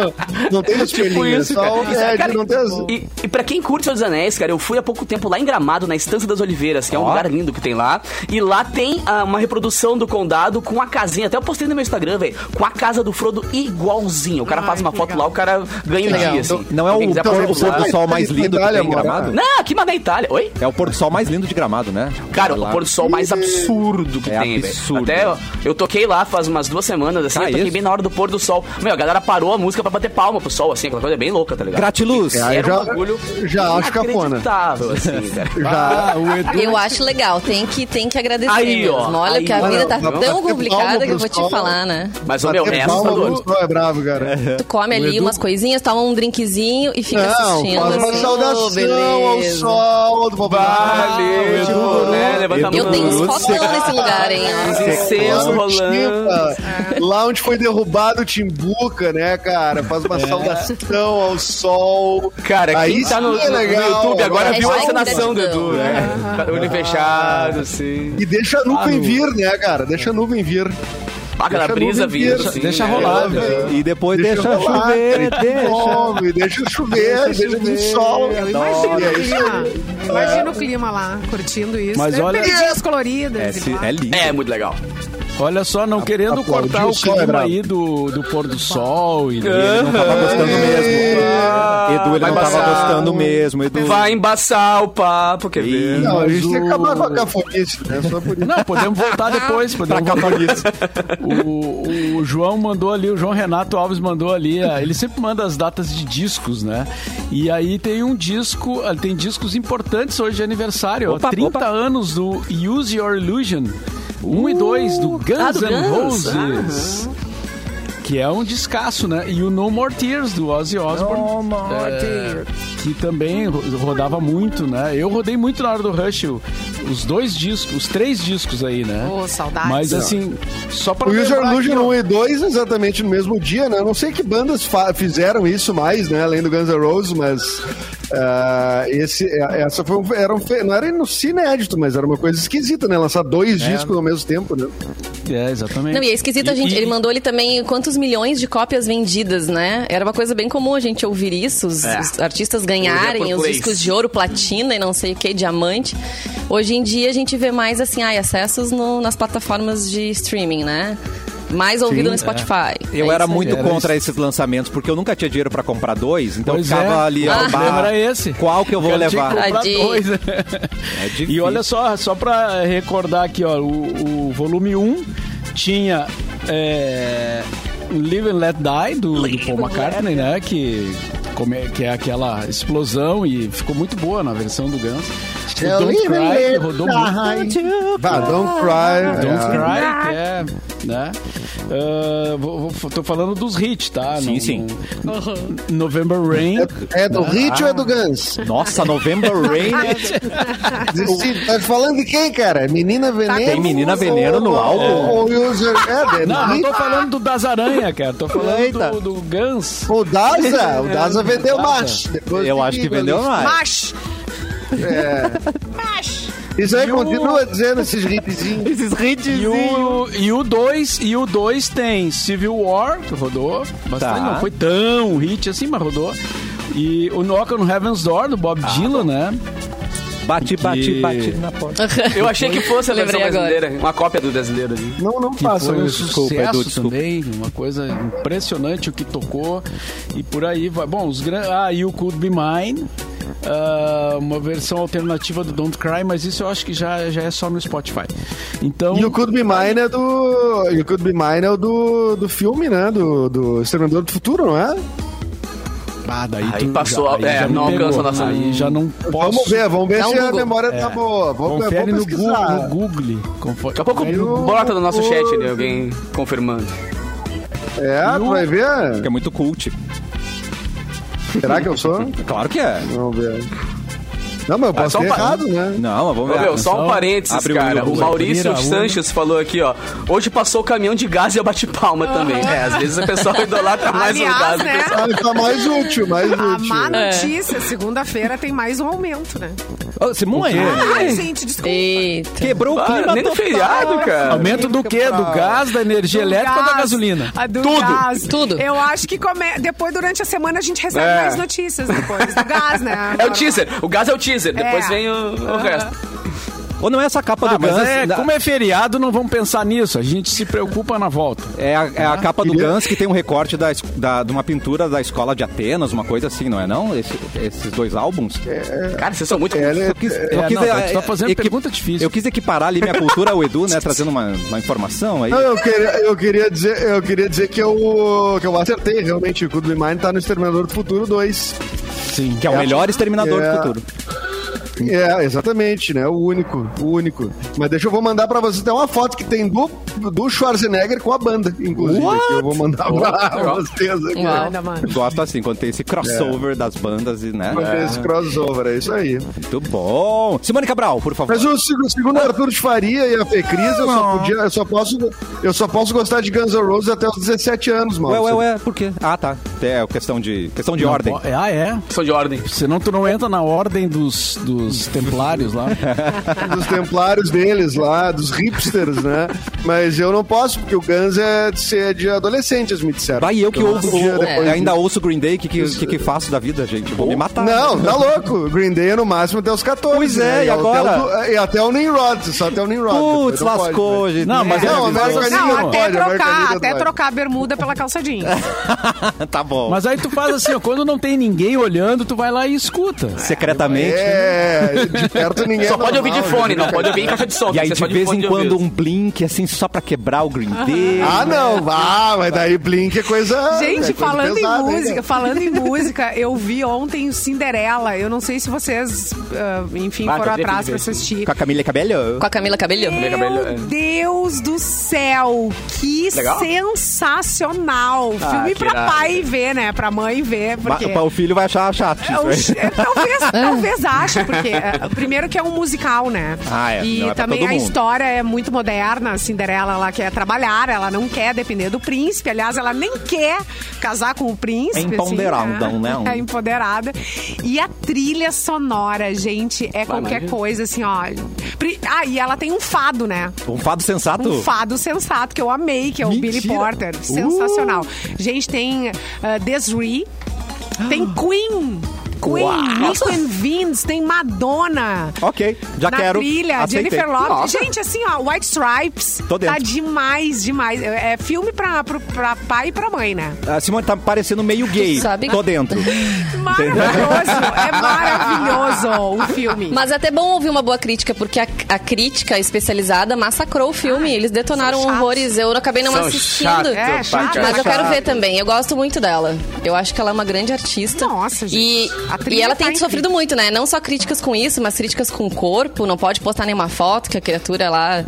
Speaker 6: não tem os
Speaker 3: Tipo
Speaker 6: pelinhos.
Speaker 3: isso,
Speaker 6: é só
Speaker 3: cara.
Speaker 6: o
Speaker 3: Isso,
Speaker 6: é,
Speaker 3: cara,
Speaker 6: de não ter as.
Speaker 3: E, e pra quem curte Senhor dos Anéis, cara, eu fui há pouco tempo lá em Gramado, na Estância das Oliveiras, que é um lugar lindo que tem lá. E lá tem ah, uma reprodução do condado com a casinha. Até eu postei no meu Instagram, velho. Com a casa do Frodo igualzinho. O cara
Speaker 4: Ai,
Speaker 3: faz uma
Speaker 4: que
Speaker 3: foto
Speaker 4: legal.
Speaker 3: lá, o cara ganha o
Speaker 1: Legal.
Speaker 3: dia, assim.
Speaker 1: Não é
Speaker 3: Quem
Speaker 1: o
Speaker 3: quiser
Speaker 1: pôr-
Speaker 3: pode
Speaker 1: o
Speaker 3: ir lá.
Speaker 1: pôr do sol mais lindo que tem em
Speaker 6: Itália,
Speaker 1: Gramado?
Speaker 3: Não, aqui, mas na Itália. Oi?
Speaker 1: É o pôr do sol mais lindo de Gramado, né?
Speaker 3: Cara,
Speaker 1: Olha
Speaker 3: o
Speaker 1: lá.
Speaker 3: pôr do sol mais absurdo que
Speaker 1: É
Speaker 3: tem,
Speaker 1: absurdo.
Speaker 3: velho. Até eu, eu toquei lá faz umas duas semanas, assim,
Speaker 1: Ah,
Speaker 3: eu toquei
Speaker 1: isso?
Speaker 3: bem na hora do pôr do sol. Meu, a galera parou a música pra bater palma pro sol, assim, aquela coisa bem louca, tá ligado?
Speaker 1: Gratiluz.
Speaker 6: É, aí
Speaker 3: Era
Speaker 6: já-
Speaker 3: um bagulho
Speaker 6: já acho cafona.
Speaker 3: inacreditável, assim, cara.
Speaker 6: Já.
Speaker 5: o Edu
Speaker 2: Eu acho legal, tem que, tem que agradecer
Speaker 3: Aí,
Speaker 2: mesmo.
Speaker 3: ó,
Speaker 2: Olha
Speaker 3: aí,
Speaker 2: que a
Speaker 3: ó.
Speaker 2: vida tá
Speaker 6: Vamos
Speaker 2: tão
Speaker 6: bater palma
Speaker 2: complicada que eu vou
Speaker 6: pros
Speaker 2: te
Speaker 6: palma.
Speaker 2: falar, né?
Speaker 3: Mas, ô, meu,
Speaker 6: Bater
Speaker 3: é
Speaker 6: palma
Speaker 3: assustador.
Speaker 6: no sol é bravo, cara.
Speaker 2: Tu come ali
Speaker 5: Edu-
Speaker 2: umas coisinhas, toma um drinkzinho e fica
Speaker 6: Não,
Speaker 2: assistindo.
Speaker 6: faz uma
Speaker 2: assim, oh,
Speaker 6: saudação ao
Speaker 2: beleza.
Speaker 6: sol do popular.
Speaker 3: Valeu, né? Levanta a mão.
Speaker 2: Eu tenho
Speaker 1: Edu-
Speaker 2: fotão nesse lugar, hein? ó.
Speaker 3: Incenso
Speaker 6: Lounge,
Speaker 3: rolando.
Speaker 6: Timba. Lá onde foi derrubado o Timbuca, né, cara? Faz uma saudação ao sol.
Speaker 3: É. Cara, quem
Speaker 6: Aí
Speaker 3: tá no,
Speaker 6: sim é
Speaker 3: no
Speaker 6: legal.
Speaker 3: YouTube agora
Speaker 2: É
Speaker 3: viu a
Speaker 2: só
Speaker 3: encenação do
Speaker 2: gratidão.
Speaker 3: Edu, né? Olho fechado, assim.
Speaker 6: E deixa a nuvem vir, né, cara? Deixa a nuvem vir.
Speaker 3: Paca na
Speaker 6: Deixa
Speaker 3: brisa
Speaker 6: a nuvem
Speaker 3: vindo,
Speaker 6: vir. é.
Speaker 3: assim.
Speaker 5: deixa
Speaker 3: né?
Speaker 5: rolar,
Speaker 1: É. E depois deixa,
Speaker 6: rolar,
Speaker 1: chover,
Speaker 6: cara,
Speaker 1: deixa.
Speaker 6: Come, deixa chover, deixa, vir sol.
Speaker 4: Eu imagino
Speaker 6: E
Speaker 4: o
Speaker 6: é isso
Speaker 4: clima. Imagina o clima lá, curtindo isso.
Speaker 5: Mas
Speaker 4: Tem
Speaker 5: olha-
Speaker 4: Perdinhas coloridas.
Speaker 1: É,
Speaker 4: e
Speaker 1: se-
Speaker 4: pá.
Speaker 1: é lindo.
Speaker 3: É, muito legal.
Speaker 5: Olha só, não querendo
Speaker 6: aplaudir
Speaker 5: cortar
Speaker 6: o
Speaker 5: o
Speaker 6: sol é
Speaker 5: clima
Speaker 6: brabo.
Speaker 5: aí do, do pôr do sol e
Speaker 1: Ele não tava gostando mesmo. Edu, ele não
Speaker 3: vai
Speaker 1: tava
Speaker 3: passar.
Speaker 1: gostando mesmo, Edu.
Speaker 3: Vai embaçar o papo, quer ver?
Speaker 1: Ih.
Speaker 6: Não, a
Speaker 5: Mas
Speaker 6: gente tem que
Speaker 5: o-
Speaker 6: acabar com a cafonice, né? Só por isso.
Speaker 5: tá Não, podemos voltar depois. Podemos voltar. O, o João mandou ali, o João Renato Alves mandou ali. ah, Ele sempre manda as datas de discos, né? E aí tem um disco, ah, tem discos importantes hoje de aniversário. ó.
Speaker 1: Opa,
Speaker 5: 30
Speaker 1: opa.
Speaker 5: anos do Use Your Illusion 1 e 2 do Guns
Speaker 2: ah, do
Speaker 5: N'
Speaker 2: Guns.
Speaker 5: Roses. Que é um descasso, né? E o No More Tears, do Ozzy Osbourne. No
Speaker 1: É,
Speaker 5: More Tears. Que também ro- rodava muito, né? Eu rodei muito na hora do Rush, o- os dois discos, os três discos aí, né?
Speaker 4: Ô, saudades.
Speaker 5: Mas assim, só pra
Speaker 6: O User
Speaker 5: lembrar
Speaker 6: Illusion
Speaker 5: aqui, ó.
Speaker 6: 1 e 2 exatamente no mesmo dia, né? Eu Não sei que bandas fa- fizeram isso mais, né? Além do Guns N' Roses, mas ah, esse, é- essa foi um, era um fe- não era no inédito, mas era uma coisa esquisita, né? Lançar dois discos ao mesmo tempo, né?
Speaker 5: É, exatamente.
Speaker 2: Não, e é esquisito, a gente. Ele mandou ali também quantos milhões de cópias vendidas, né? Era uma coisa bem comum a gente ouvir isso, os,
Speaker 3: É.
Speaker 2: os artistas
Speaker 3: Hoje
Speaker 2: ganharem
Speaker 3: é por
Speaker 2: os
Speaker 3: plays.
Speaker 2: discos de ouro, platina e não sei o que, diamante. Hoje em dia a gente vê mais assim, ai, acessos no- nas plataformas de streaming, né? Mais ouvido no Spotify. É
Speaker 1: Eu
Speaker 2: isso
Speaker 1: era
Speaker 2: aí.
Speaker 1: muito
Speaker 5: Era
Speaker 1: contra esses lançamentos, porque eu nunca tinha dinheiro pra comprar dois, então
Speaker 5: Pois
Speaker 1: eu ficava
Speaker 5: é.
Speaker 1: ali, ó,
Speaker 5: Ah,
Speaker 1: bah,
Speaker 5: lembra esse?
Speaker 1: qual que eu vou
Speaker 5: Cara, tinha
Speaker 1: levar?
Speaker 5: que comprar
Speaker 2: Tadinho.
Speaker 5: dois, né?
Speaker 6: É
Speaker 1: difícil.
Speaker 5: E olha só, só pra recordar aqui, ó, o, o volume 1 tinha é, Live and Let Die, do, do Paul McCartney, né? Que como é- que é aquela explosão e ficou muito boa na versão do Guns. O
Speaker 6: Eu
Speaker 5: Don't
Speaker 6: even
Speaker 5: Cry, que
Speaker 6: É, live
Speaker 5: rodou muito.
Speaker 6: Bah, don't cry.
Speaker 5: Don't
Speaker 6: é.
Speaker 5: Cry, que é, né? Ah, vou, vou- tô falando dos hits, tá?
Speaker 1: Sim, sim.
Speaker 5: não- November Rain.
Speaker 6: É, é do
Speaker 5: Ah.
Speaker 6: Hit ou é do Guns?
Speaker 1: Nossa, November Rain.
Speaker 6: Decide, tá falando de quem, cara? Menina Veneno?
Speaker 1: Tem Tá Menina
Speaker 6: ou-
Speaker 1: Veneno no
Speaker 6: ou-
Speaker 1: álbum?
Speaker 6: Ou User é, é do
Speaker 5: Não, não
Speaker 6: Hit.
Speaker 5: tô falando do Das Aranha, cara. Tô
Speaker 6: Eita.
Speaker 5: falando do, do Guns.
Speaker 6: O Daza, o Daza vendeu
Speaker 5: É, Daza.
Speaker 6: mais. Depois
Speaker 1: Eu
Speaker 6: de
Speaker 1: acho que
Speaker 6: Beatles.
Speaker 1: vendeu mais.
Speaker 4: Mas,
Speaker 6: Isso aí continua dizendo esses hitzinhos.
Speaker 7: Esses hits.
Speaker 5: E o, e o 2 e o dois tem Civil War, que rodou bastante,
Speaker 1: Tá.
Speaker 5: não foi tão hit assim, mas rodou. E o Knock on Heaven's Door, do Bob Dylan, né?
Speaker 1: Bate, bate,
Speaker 5: Que-
Speaker 1: bate na porta.
Speaker 3: Eu achei que fosse a versão
Speaker 2: Lembrei agora.
Speaker 3: brasileira, uma cópia do brasileiro ali.
Speaker 6: Não, não
Speaker 5: Que
Speaker 6: façam
Speaker 5: foi um
Speaker 6: isso.
Speaker 1: desculpa,
Speaker 5: sucesso
Speaker 1: Edu, desculpa.
Speaker 5: também, uma coisa impressionante o que tocou. E por aí vai. Bom, os grandes. Ah, e o Could Be Mine. ah, uma versão alternativa do Don't Cry, mas isso eu acho que já, já é só no Spotify. Então,
Speaker 6: E o Could Be Mine é do. E o Could Be Mine é o do, do filme, né? Do, do Exterminador do Futuro, não é?
Speaker 5: ah, daí
Speaker 3: Aí passou,
Speaker 5: aí
Speaker 3: é,
Speaker 5: me
Speaker 3: não
Speaker 5: pegou,
Speaker 3: alcança a nossa-
Speaker 5: Aí já não posso. É.
Speaker 6: Vamos ver, vamos ver
Speaker 3: Dá um
Speaker 6: se a
Speaker 3: Google.
Speaker 6: memória tá boa. Vamos,
Speaker 5: Confere
Speaker 6: vamos
Speaker 5: no Google.
Speaker 6: pesquisar.
Speaker 5: No Google. Confere-
Speaker 3: Daqui a pouco
Speaker 6: Aí o-
Speaker 3: bota no nosso
Speaker 6: o-
Speaker 3: chat ali, alguém confirmando.
Speaker 6: É, tu vai ver?
Speaker 1: É muito cult.
Speaker 6: Será que eu sou?
Speaker 1: Claro que é.
Speaker 6: Vamos ver. Não, mas eu posso
Speaker 3: só
Speaker 6: ter
Speaker 3: um pa-
Speaker 6: errado, né?
Speaker 1: Não, mas vamos
Speaker 3: Ô,
Speaker 1: ver.
Speaker 3: meu, só um parênteses,
Speaker 1: Abre o
Speaker 3: cara.
Speaker 1: Google
Speaker 3: O
Speaker 1: aí,
Speaker 3: Maurício
Speaker 5: primeira
Speaker 3: Sanches falou aqui, ó. Hoje passou o caminhão de gás e eu bati palma também. É, às vezes o pessoal idolatra mais um
Speaker 4: aliás,
Speaker 3: gás. do que
Speaker 4: né?
Speaker 3: o
Speaker 6: Ah, tá mais útil, mais
Speaker 4: A má
Speaker 6: útil.
Speaker 5: É.
Speaker 4: notícia, segunda-feira tem mais um aumento, né?
Speaker 1: Ô,
Speaker 5: é
Speaker 1: Simone,
Speaker 4: Ai, gente, desculpa.
Speaker 2: Eita.
Speaker 1: quebrou o
Speaker 3: pessoal. Ah,
Speaker 1: clima
Speaker 3: nem no
Speaker 1: total.
Speaker 3: feriado, cara.
Speaker 5: Aumento do quê? Do gás, da energia
Speaker 4: Do
Speaker 5: elétrica ou da
Speaker 4: gás,
Speaker 5: gasolina?
Speaker 4: a do
Speaker 3: Tudo.
Speaker 4: gás.
Speaker 2: Tudo.
Speaker 4: Eu acho que come- depois, durante a semana, a gente recebe
Speaker 3: É.
Speaker 4: mais notícias depois do gás, né?
Speaker 3: É o teaser. O gás é o teaser. Depois
Speaker 4: É.
Speaker 3: vem o, o resto.
Speaker 1: Ou não é essa capa
Speaker 5: Ah,
Speaker 1: do
Speaker 5: mas
Speaker 1: Guns?
Speaker 5: é,
Speaker 1: da-
Speaker 5: como é feriado, não vamos pensar nisso. A gente se preocupa na volta.
Speaker 1: É a, é a
Speaker 6: Tá.
Speaker 1: capa do Guns que tem um recorte da, es- da- de uma pintura da escola de Atenas, uma coisa assim, não é não? Esse- esses dois álbuns?
Speaker 6: É.
Speaker 3: Cara, vocês são muito...
Speaker 6: né?
Speaker 1: Eu quis, eu
Speaker 5: É,
Speaker 1: quis,
Speaker 5: não,
Speaker 1: eh,
Speaker 5: tá- tu tá fazendo
Speaker 1: equi-
Speaker 5: pergunta difícil.
Speaker 1: Eu quis equiparar ali minha cultura ao Edu, né? Trazendo uma, uma informação aí.
Speaker 6: Não, eu queria, eu queria dizer, eu queria dizer que, eu, que eu acertei, realmente. O Good Mind tá no Exterminador do Futuro 2.
Speaker 5: Sim.
Speaker 1: Que é o melhor exterminador
Speaker 6: É.
Speaker 1: do futuro.
Speaker 6: É, exatamente, né? O único, o único. Mas deixa eu vou mandar pra vocês até uma foto que tem do, do Schwarzenegger com a banda, inclusive. que eu vou mandar pra vocês aqui.
Speaker 2: Uau.
Speaker 4: Manda, mano.
Speaker 1: Eu gosto assim, quando tem esse
Speaker 6: É.
Speaker 1: crossover das bandas e, né?
Speaker 6: Fazer Esse crossover, é isso aí.
Speaker 1: Muito bom. Simone Cabral, por favor.
Speaker 6: Mas o seg- segundo Arthur de Faria e a Fê Cris, eu só, podia, eu, só posso, eu só posso gostar de Guns N' Roses até os 17 anos, mano.
Speaker 1: Ué, ué, ué, por quê? Ah, tá. É questão de, questão de ordem.
Speaker 5: Ó, é, Ah, é?
Speaker 3: São de ordem.
Speaker 5: Senão tu não entra na ordem dos, dos templários lá.
Speaker 6: dos templários deles lá, dos hipsters, né? Mas eu não posso, porque o Guns é de, ser de adolescentes, me disseram.
Speaker 1: Vai eu que
Speaker 6: Então,
Speaker 1: ouço,
Speaker 6: um dia depois
Speaker 1: é,
Speaker 6: de-
Speaker 1: ainda ouço Green Day, o que, que, que, que faço da vida, gente? Vou me matar.
Speaker 6: Não, tá louco. Green Day é no máximo até os 14.
Speaker 1: Pois é,
Speaker 6: né?
Speaker 1: e agora?
Speaker 6: Até o, do- e até o Nimrod, só até o Nimrod.
Speaker 1: Putz,
Speaker 6: depois não pode,
Speaker 1: lascou,
Speaker 6: né?
Speaker 1: gente.
Speaker 5: Não, mas
Speaker 6: Não,
Speaker 5: é,
Speaker 6: América
Speaker 5: mas-
Speaker 6: Negra
Speaker 4: Não,
Speaker 6: não
Speaker 4: até
Speaker 6: pode, América
Speaker 4: trocar,
Speaker 6: Negra
Speaker 4: até
Speaker 6: pode.
Speaker 4: trocar a bermuda pela calça jeans.
Speaker 1: tá bom.
Speaker 5: Mas aí tu faz assim, ó, quando não tem ninguém olhando, tu vai lá e escuta.
Speaker 1: Secretamente.
Speaker 6: É, de perto ninguém.
Speaker 3: Só
Speaker 6: é
Speaker 3: pode ouvir de
Speaker 6: normal,
Speaker 3: fone,
Speaker 6: né?
Speaker 3: não pode ouvir em caixa de som.
Speaker 1: E
Speaker 3: tem
Speaker 1: aí,
Speaker 3: que ser
Speaker 1: de
Speaker 3: só
Speaker 1: vez
Speaker 3: fone
Speaker 1: em
Speaker 3: de
Speaker 1: quando,
Speaker 3: ouvido.
Speaker 1: um blink, assim, só pra quebrar o Green Day.
Speaker 6: Ah, não, vá, mas daí Blink é coisa. é
Speaker 4: Gente,
Speaker 6: coisa
Speaker 4: falando
Speaker 6: pesada,
Speaker 4: em
Speaker 6: hein, né?
Speaker 4: música,
Speaker 6: cara?
Speaker 4: falando em música, eu vi ontem o Cinderela. Eu não sei se vocês, ah, enfim,
Speaker 3: Ah,
Speaker 4: foram
Speaker 3: eu queria
Speaker 4: atrás
Speaker 3: ver.
Speaker 4: pra assistir.
Speaker 1: Com a Camila Cabello.
Speaker 2: Com a Camila Cabelho?
Speaker 3: Cabello, é.
Speaker 4: Meu Deus do céu, que
Speaker 3: Legal?
Speaker 4: sensacional! Filme
Speaker 3: que
Speaker 4: pra
Speaker 3: irado.
Speaker 4: pai ver, né? Pra mãe ver, porque...
Speaker 1: Ah, Ba- O filho vai achar chato.
Speaker 4: É um-
Speaker 1: isso, né?
Speaker 4: talvez, talvez ache, porque é, primeiro que é um musical, né?
Speaker 1: Ah, é.
Speaker 4: E
Speaker 1: Não é pra
Speaker 4: também
Speaker 1: todo
Speaker 4: a
Speaker 1: mundo.
Speaker 4: história é muito moderna. A Cinderela ela quer trabalhar, ela não quer depender do príncipe. Aliás, ela nem quer casar com o príncipe.
Speaker 1: É empoderada,
Speaker 4: assim,
Speaker 1: né?
Speaker 4: É empoderada. E a trilha sonora, gente, é qualquer
Speaker 3: maravilha.
Speaker 4: coisa, assim, ó. Pri- Ah, e ela tem um fado, né?
Speaker 1: Um fado sensato.
Speaker 4: Um fado sensato que eu amei, que é o Billy Porter. Sensacional. Gente, tem uh, Desiree, tem
Speaker 1: Ah.
Speaker 4: Queen. Queen, Nico and Vince, tem Madonna.
Speaker 1: Ok, já
Speaker 4: Na
Speaker 1: quero.
Speaker 4: trilha,
Speaker 1: Aceitei.
Speaker 4: Jennifer Lopez.
Speaker 3: Nossa.
Speaker 4: Gente, assim, ó, White Stripes.
Speaker 1: Tô dentro.
Speaker 4: Tá demais, demais. É é filme pra, pro- pra pai e pra mãe, né?
Speaker 1: A Simone tá parecendo meio gay.
Speaker 2: Tu sabe-
Speaker 1: Tô dentro.
Speaker 4: Maravilhoso. é maravilhoso. Arrasou o filme.
Speaker 2: Mas é até bom ouvir uma boa crítica, porque a, a crítica especializada massacrou o filme. Eles detonaram
Speaker 4: são chatos.
Speaker 2: horrores. Eu acabei não
Speaker 3: São
Speaker 2: assistindo.
Speaker 3: chato
Speaker 4: É,
Speaker 3: pra
Speaker 4: chato.
Speaker 2: Ah, Mas eu quero
Speaker 3: caralho.
Speaker 2: ver também. Eu gosto muito dela. Eu acho que ela é uma grande artista.
Speaker 4: Nossa, gente.
Speaker 2: E,
Speaker 4: A trilha
Speaker 2: e ela
Speaker 4: tá
Speaker 2: tem
Speaker 4: incrível.
Speaker 2: sofrido muito, né? Não só críticas com isso, mas críticas com o corpo. Não pode postar nenhuma foto que a criatura lá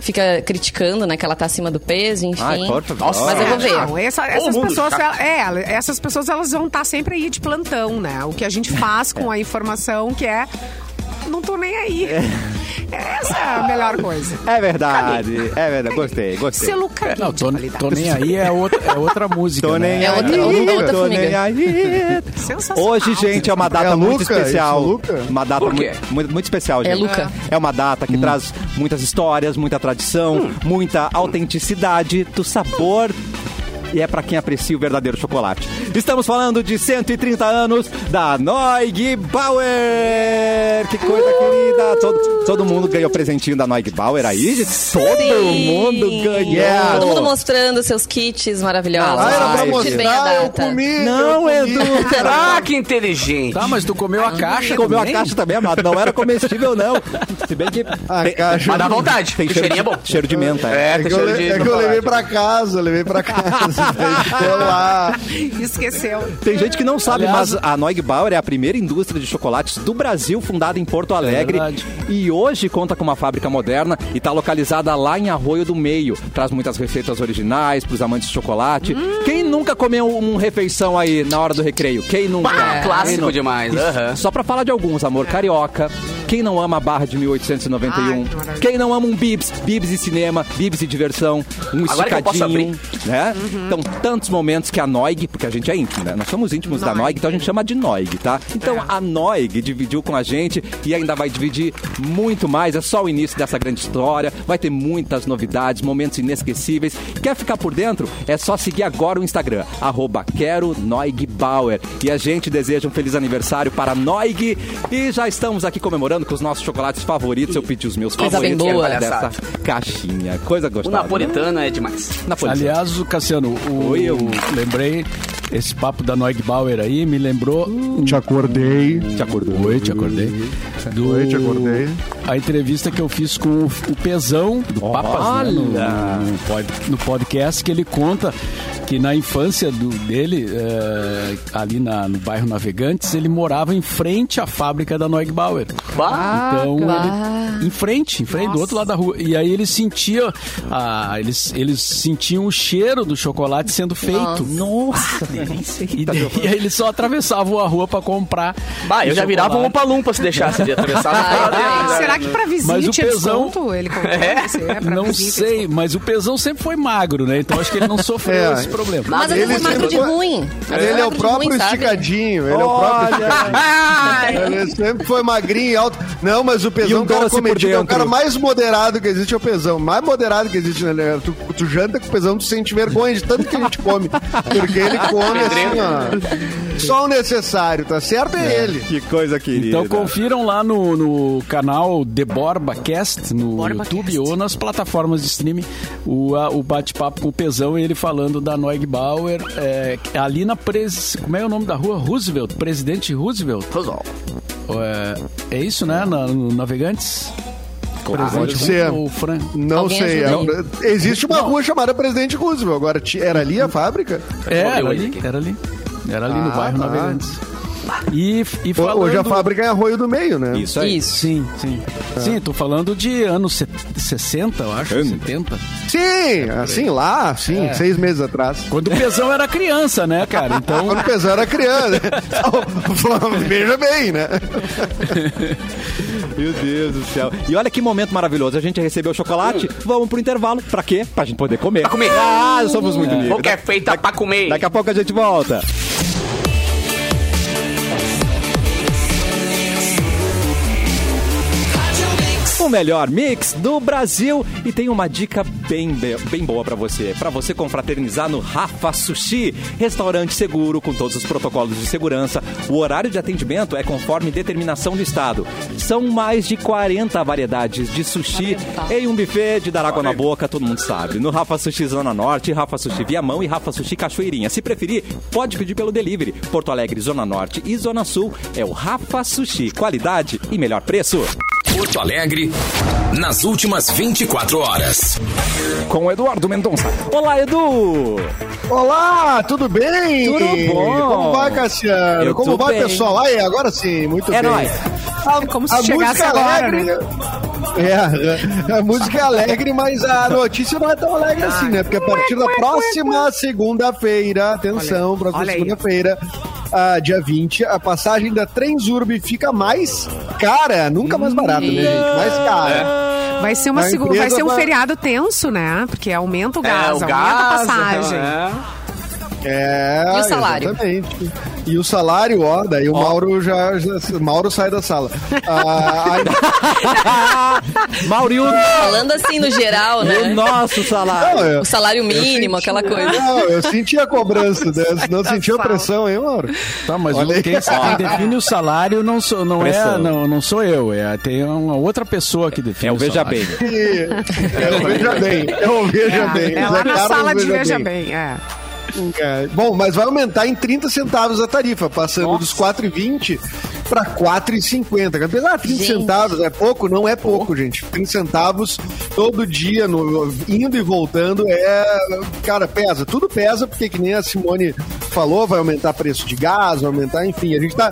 Speaker 2: fica criticando, né? Que ela tá acima do peso, enfim.
Speaker 1: Ai, corta.
Speaker 3: Nossa,
Speaker 2: Mas eu vou ver.
Speaker 4: Não, essa- essas
Speaker 3: mundo
Speaker 4: pessoas,
Speaker 3: chato.
Speaker 4: ela- é, ela- essas pessoas elas vão estar sempre aí de plantão, né? O que a gente faz com a informação que é não tô nem aí. Essa é a melhor coisa.
Speaker 1: É verdade, é verdade. Gostei, gostei.
Speaker 4: Selo caguei
Speaker 5: É, Não,
Speaker 4: de
Speaker 5: tô,
Speaker 4: qualidade.
Speaker 5: tô nem aí é outra, é outra música.
Speaker 1: Tô
Speaker 5: né?
Speaker 1: nem
Speaker 2: É
Speaker 1: aí,
Speaker 2: outra- outra- outra
Speaker 1: tô
Speaker 2: formiga.
Speaker 1: nem aí.
Speaker 4: Sensacional.
Speaker 1: Hoje, gente, é uma data
Speaker 6: É a
Speaker 1: muito
Speaker 6: Luca?
Speaker 1: especial.
Speaker 6: Isso, Luca? Hum.
Speaker 1: Uma data
Speaker 3: Por quê?
Speaker 1: muito, muito, muito especial, gente.
Speaker 2: Luca.
Speaker 1: É uma data que traz muitas histórias, muita tradição, muita autenticidade do sabor. E é pra quem aprecia o verdadeiro chocolate. Estamos falando de 130 anos da Noig Bauer. Que coisa querida. Todo, todo mundo ganhou presentinho da Noig Bauer aí. gente? Todo
Speaker 2: Sim.
Speaker 1: mundo ganhou.
Speaker 2: Todo mundo mostrando seus kits maravilhosos.
Speaker 1: Ah,
Speaker 6: Ah, era pra
Speaker 1: Ai,
Speaker 2: Curtir bem a
Speaker 6: mostrar, eu
Speaker 2: data.
Speaker 6: comi.
Speaker 1: Não,
Speaker 6: eu comi.
Speaker 1: Edu.
Speaker 3: Ah, que inteligente.
Speaker 5: Tá, mas tu comeu a caixa
Speaker 1: Ah, comeu a
Speaker 5: também?
Speaker 1: caixa também, amado. Não era comestível, não. Se bem que.
Speaker 6: A caixa.
Speaker 3: Mas dá vontade.
Speaker 1: Tem
Speaker 3: O
Speaker 1: cheiro,
Speaker 3: cheirinho é bom.
Speaker 1: de- cheiro de menta. é.
Speaker 3: É,
Speaker 6: É
Speaker 3: tem
Speaker 6: que, eu,
Speaker 3: cheiro
Speaker 6: le-
Speaker 3: de...
Speaker 6: é que eu levei pra casa, eu levei pra casa. Deixou lá.
Speaker 4: Esqueceu.
Speaker 1: Tem gente que não sabe,
Speaker 5: Aliás-
Speaker 1: mas a Noig Bauer é a primeira indústria de chocolates do Brasil, fundada em Porto Alegre.
Speaker 5: verdade.
Speaker 1: e hoje conta com uma fábrica moderna e está localizada lá em Arroio do Meio. Traz muitas receitas originais para os amantes de chocolate. Quem nunca comeu um refeição aí na hora do recreio? Quem nunca?
Speaker 3: Ah,
Speaker 1: Quem
Speaker 3: clássico
Speaker 1: nunca?
Speaker 3: demais,
Speaker 1: E
Speaker 3: aham.
Speaker 1: Só para falar de alguns, amor carioca. Quem não ama a barra de 1891?
Speaker 4: Ai, que maravilha.
Speaker 1: Quem não ama um bibs? Bibs e cinema, bibs e diversão, um
Speaker 3: Agora que eu posso Uhum.
Speaker 1: esticadinho, né? Então, tantos momentos que a Noig, porque a gente é íntimo, né? Nós somos íntimos da Noig, então a gente chama de Noig, tá? Então,
Speaker 3: É.
Speaker 1: a Noig dividiu com a gente e ainda vai dividir muito mais. É só o início dessa grande história. Vai ter muitas novidades, momentos inesquecíveis. Quer ficar por dentro? É só seguir agora o Instagram, arroba quero Noig Bauer. E a gente deseja um feliz aniversário para a Noig. E já estamos aqui comemorando com os nossos chocolates favoritos. Eu pedi os meus
Speaker 2: Coisa bem
Speaker 1: favoritos
Speaker 2: boa.
Speaker 1: dessa caixinha. Coisa
Speaker 3: O
Speaker 1: gostosa.
Speaker 3: napolitano é demais.
Speaker 1: né? Napolitano.
Speaker 5: Aliás, o Cassiano, o,
Speaker 1: Oi, eu-
Speaker 5: lembrei, esse papo da Noig Bauer aí me lembrou...
Speaker 1: Uh.
Speaker 6: Te acordei.
Speaker 5: Te acordou. Oi, te acordei. Do,
Speaker 6: Oi, te acordei.
Speaker 5: A entrevista que eu fiz com o, o Pesão, do Papas, né, no, no pod- no podcast, que ele conta que na infância do- dele, eh, ali na- no bairro Navegantes, ele morava em frente à fábrica da Noig Bauer.
Speaker 3: Bah.
Speaker 5: Então, ele, em frente, em frente, do outro lado da rua. E aí ele sentia, ah, eles, eles sentiam o cheiro do chocolate sendo feito. Nossa, e, daí, aí ele só atravessava a rua pra comprar.
Speaker 3: Bah, eu
Speaker 5: o
Speaker 3: já virava um
Speaker 5: chocolate.
Speaker 3: palumpa se deixasse de atravessar.
Speaker 4: Ah,
Speaker 3: é.
Speaker 4: será que pra vizinho
Speaker 5: Mas o
Speaker 4: tinha
Speaker 5: Pezão-
Speaker 4: desconto? Ele comprou? Isso É, pra
Speaker 5: Não
Speaker 4: vizinho tinha
Speaker 5: sei, mas o Pesão sempre foi magro, né? Então acho que ele não sofreu
Speaker 6: É.
Speaker 5: esse problema.
Speaker 2: Mas às
Speaker 6: Ele
Speaker 2: vezes é magro de
Speaker 6: sempre foi-
Speaker 2: ruim. Às vezes
Speaker 6: Ele é o
Speaker 2: magro de
Speaker 6: próprio
Speaker 2: ruim, sabe?
Speaker 6: esticadinho. Ele é o próprio esticadinho. Ele é sempre foi magrinho e alto. Não, mas o
Speaker 1: E
Speaker 6: pesão
Speaker 1: um
Speaker 6: é um cara
Speaker 1: doce por
Speaker 6: comedido. É o
Speaker 1: dentro.
Speaker 6: cara mais moderado que existe é o pesão. Mais moderado que existe, né, Leandro? Tu, tu janta com o pesão, tu sente vergonha de tanto que a gente come. Porque ele come assim, ó. Só o necessário, tá certo? É ele.
Speaker 1: Que coisa querida.
Speaker 6: Né?
Speaker 5: Então confiram lá no, no canal The Borba Cast no
Speaker 4: BorbaCast.
Speaker 5: YouTube ou nas plataformas de streaming o, a- o bate-papo com o Pesão e ele falando da Noig Bauer é, ali na pres... como é o nome da rua? Roosevelt, Presidente Roosevelt é, é isso né? Na, no Navegantes?
Speaker 6: pode ser.
Speaker 5: O Fran...
Speaker 6: Não
Speaker 2: Alguém
Speaker 6: sei. é
Speaker 2: ajuda
Speaker 6: um- existe uma rua chamada Presidente Roosevelt. Agora, ti- era ali a fábrica?
Speaker 5: É, era
Speaker 3: Morreu
Speaker 5: ali,
Speaker 3: ele aqui.
Speaker 5: era ali era ali no
Speaker 6: Ah,
Speaker 5: bairro
Speaker 6: tá.
Speaker 5: Navegantes e, e falando...
Speaker 6: Hoje a fábrica é Arroio do Meio, né?
Speaker 1: Isso aí.
Speaker 2: Isso.
Speaker 5: Sim, sim.
Speaker 6: É.
Speaker 5: Sim, tô falando de anos se- 60, eu acho,
Speaker 1: Anos.
Speaker 5: 70.
Speaker 1: É,
Speaker 6: Sim, assim lá, sim, seis meses atrás.
Speaker 5: Quando o Pesão era criança, né, cara? Então,
Speaker 6: Quando o pesão era criança. O Flamengo veja bem, né?
Speaker 1: Meu Deus do céu. E olha que momento maravilhoso. A gente recebeu o chocolate. Vamos pro intervalo. Pra quê? Pra gente poder comer. Pra
Speaker 3: comer.
Speaker 1: Ah,
Speaker 6: Hum.
Speaker 1: somos muito livres.
Speaker 3: Boca é feita pra comer.
Speaker 1: Daqui a pouco a gente volta. o melhor mix do Brasil e tem uma dica bem, be- bem boa pra você. Pra você confraternizar no Rafa Sushi, restaurante seguro com todos os protocolos de segurança. O horário de atendimento é conforme determinação do estado. São mais de 40 variedades de sushi em um buffet de dar água na boca, todo mundo sabe. No Rafa Sushi Zona Norte, Rafa Sushi Viamão e Rafa Sushi Cachoeirinha. Se preferir, pode pedir pelo delivery. Porto Alegre, Zona Norte e Zona Sul é o Rafa Sushi. Qualidade e melhor preço.
Speaker 7: Porto Alegre, nas últimas 24 horas.
Speaker 1: com o Eduardo Mendonça. Olá, Edu!
Speaker 6: Olá, tudo bem?
Speaker 1: Tudo bom.
Speaker 6: Como vai, Cassiano?
Speaker 1: Eu tô
Speaker 6: Como vai,
Speaker 1: bem.
Speaker 6: pessoal? Aí, agora sim, muito
Speaker 1: É
Speaker 6: bem.
Speaker 1: nóis.
Speaker 6: A,
Speaker 4: como se chegasse agora, né?
Speaker 6: É, a música é alegre, mas a notícia não é tão alegre assim, né? Porque a partir da próxima segunda-feira, atenção, próxima
Speaker 4: olha aí.
Speaker 6: segunda-feira, ah, dia 20, a passagem da Transurb fica mais cara, nunca mais barata, né, gente? Mais cara.
Speaker 4: Vai ser, uma
Speaker 6: A
Speaker 4: segu-
Speaker 6: empresa
Speaker 4: vai ser um
Speaker 6: vai-
Speaker 4: feriado tenso, né? Porque aumenta o gás,
Speaker 3: É, o
Speaker 4: aumenta
Speaker 3: gás,
Speaker 4: a passagem.
Speaker 3: é.
Speaker 6: É,
Speaker 2: E o salário?
Speaker 6: Exatamente. E o salário, ó, daí o Mauro já, já- Mauro sai da sala. Ah, a-
Speaker 1: Mauriu,
Speaker 2: Falando assim no geral,
Speaker 1: o
Speaker 2: né?
Speaker 1: nosso salário.
Speaker 6: Não, eu-
Speaker 2: O salário
Speaker 6: eu
Speaker 2: mínimo,
Speaker 6: senti-
Speaker 2: aquela coisa.
Speaker 6: Não, eu senti a cobrança dessa, não
Speaker 4: da
Speaker 6: senti a
Speaker 4: sala.
Speaker 6: pressão, hein, Mauro?
Speaker 5: Tá, mas
Speaker 6: Olha
Speaker 5: o-
Speaker 6: aí.
Speaker 5: quem, quem define o salário não sou, não é,
Speaker 1: Pressão.
Speaker 5: não, não sou eu, é tem uma outra pessoa que define.
Speaker 1: É o Veja
Speaker 5: salário.
Speaker 1: Bem.
Speaker 6: E- Eu É um veja bem, eu veja
Speaker 4: É,
Speaker 6: bem.
Speaker 4: é
Speaker 6: Zé
Speaker 4: lá na
Speaker 6: Carlos
Speaker 4: sala de Veja Bem. é.
Speaker 6: É, Bom, mas vai aumentar em 30 centavos a tarifa, passando dos 4,20 para 4,50. Apesar de 30 ah, centavos é pouco, não é pouco, gente. 30 centavos todo dia, no- indo e voltando, é. Cara, pesa. Tudo pesa, porque que nem a Simone falou, vai aumentar preço de gás, vai aumentar, enfim, a gente tá.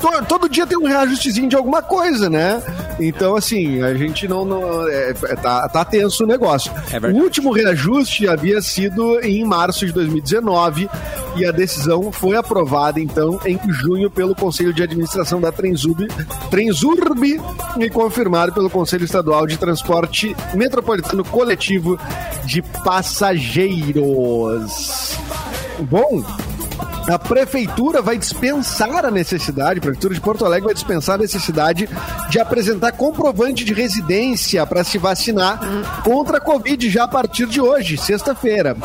Speaker 6: to- Todo dia tem um reajustezinho de alguma coisa, né? Então, assim, a gente não. não- é, é, tá, tá tenso o negócio.
Speaker 1: É verdade.
Speaker 6: O o último reajuste havia sido em março de 2019 e a decisão foi aprovada então em junho pelo Conselho de Administração da Transurb, Transurb e confirmado pelo Conselho Estadual de Transporte Metropolitano Coletivo de Passageiros. Bom, a prefeitura vai dispensar a necessidade, a prefeitura de Porto Alegre vai dispensar a necessidade de apresentar comprovante de residência para se vacinar contra a Covid já a partir de hoje, sexta-feira.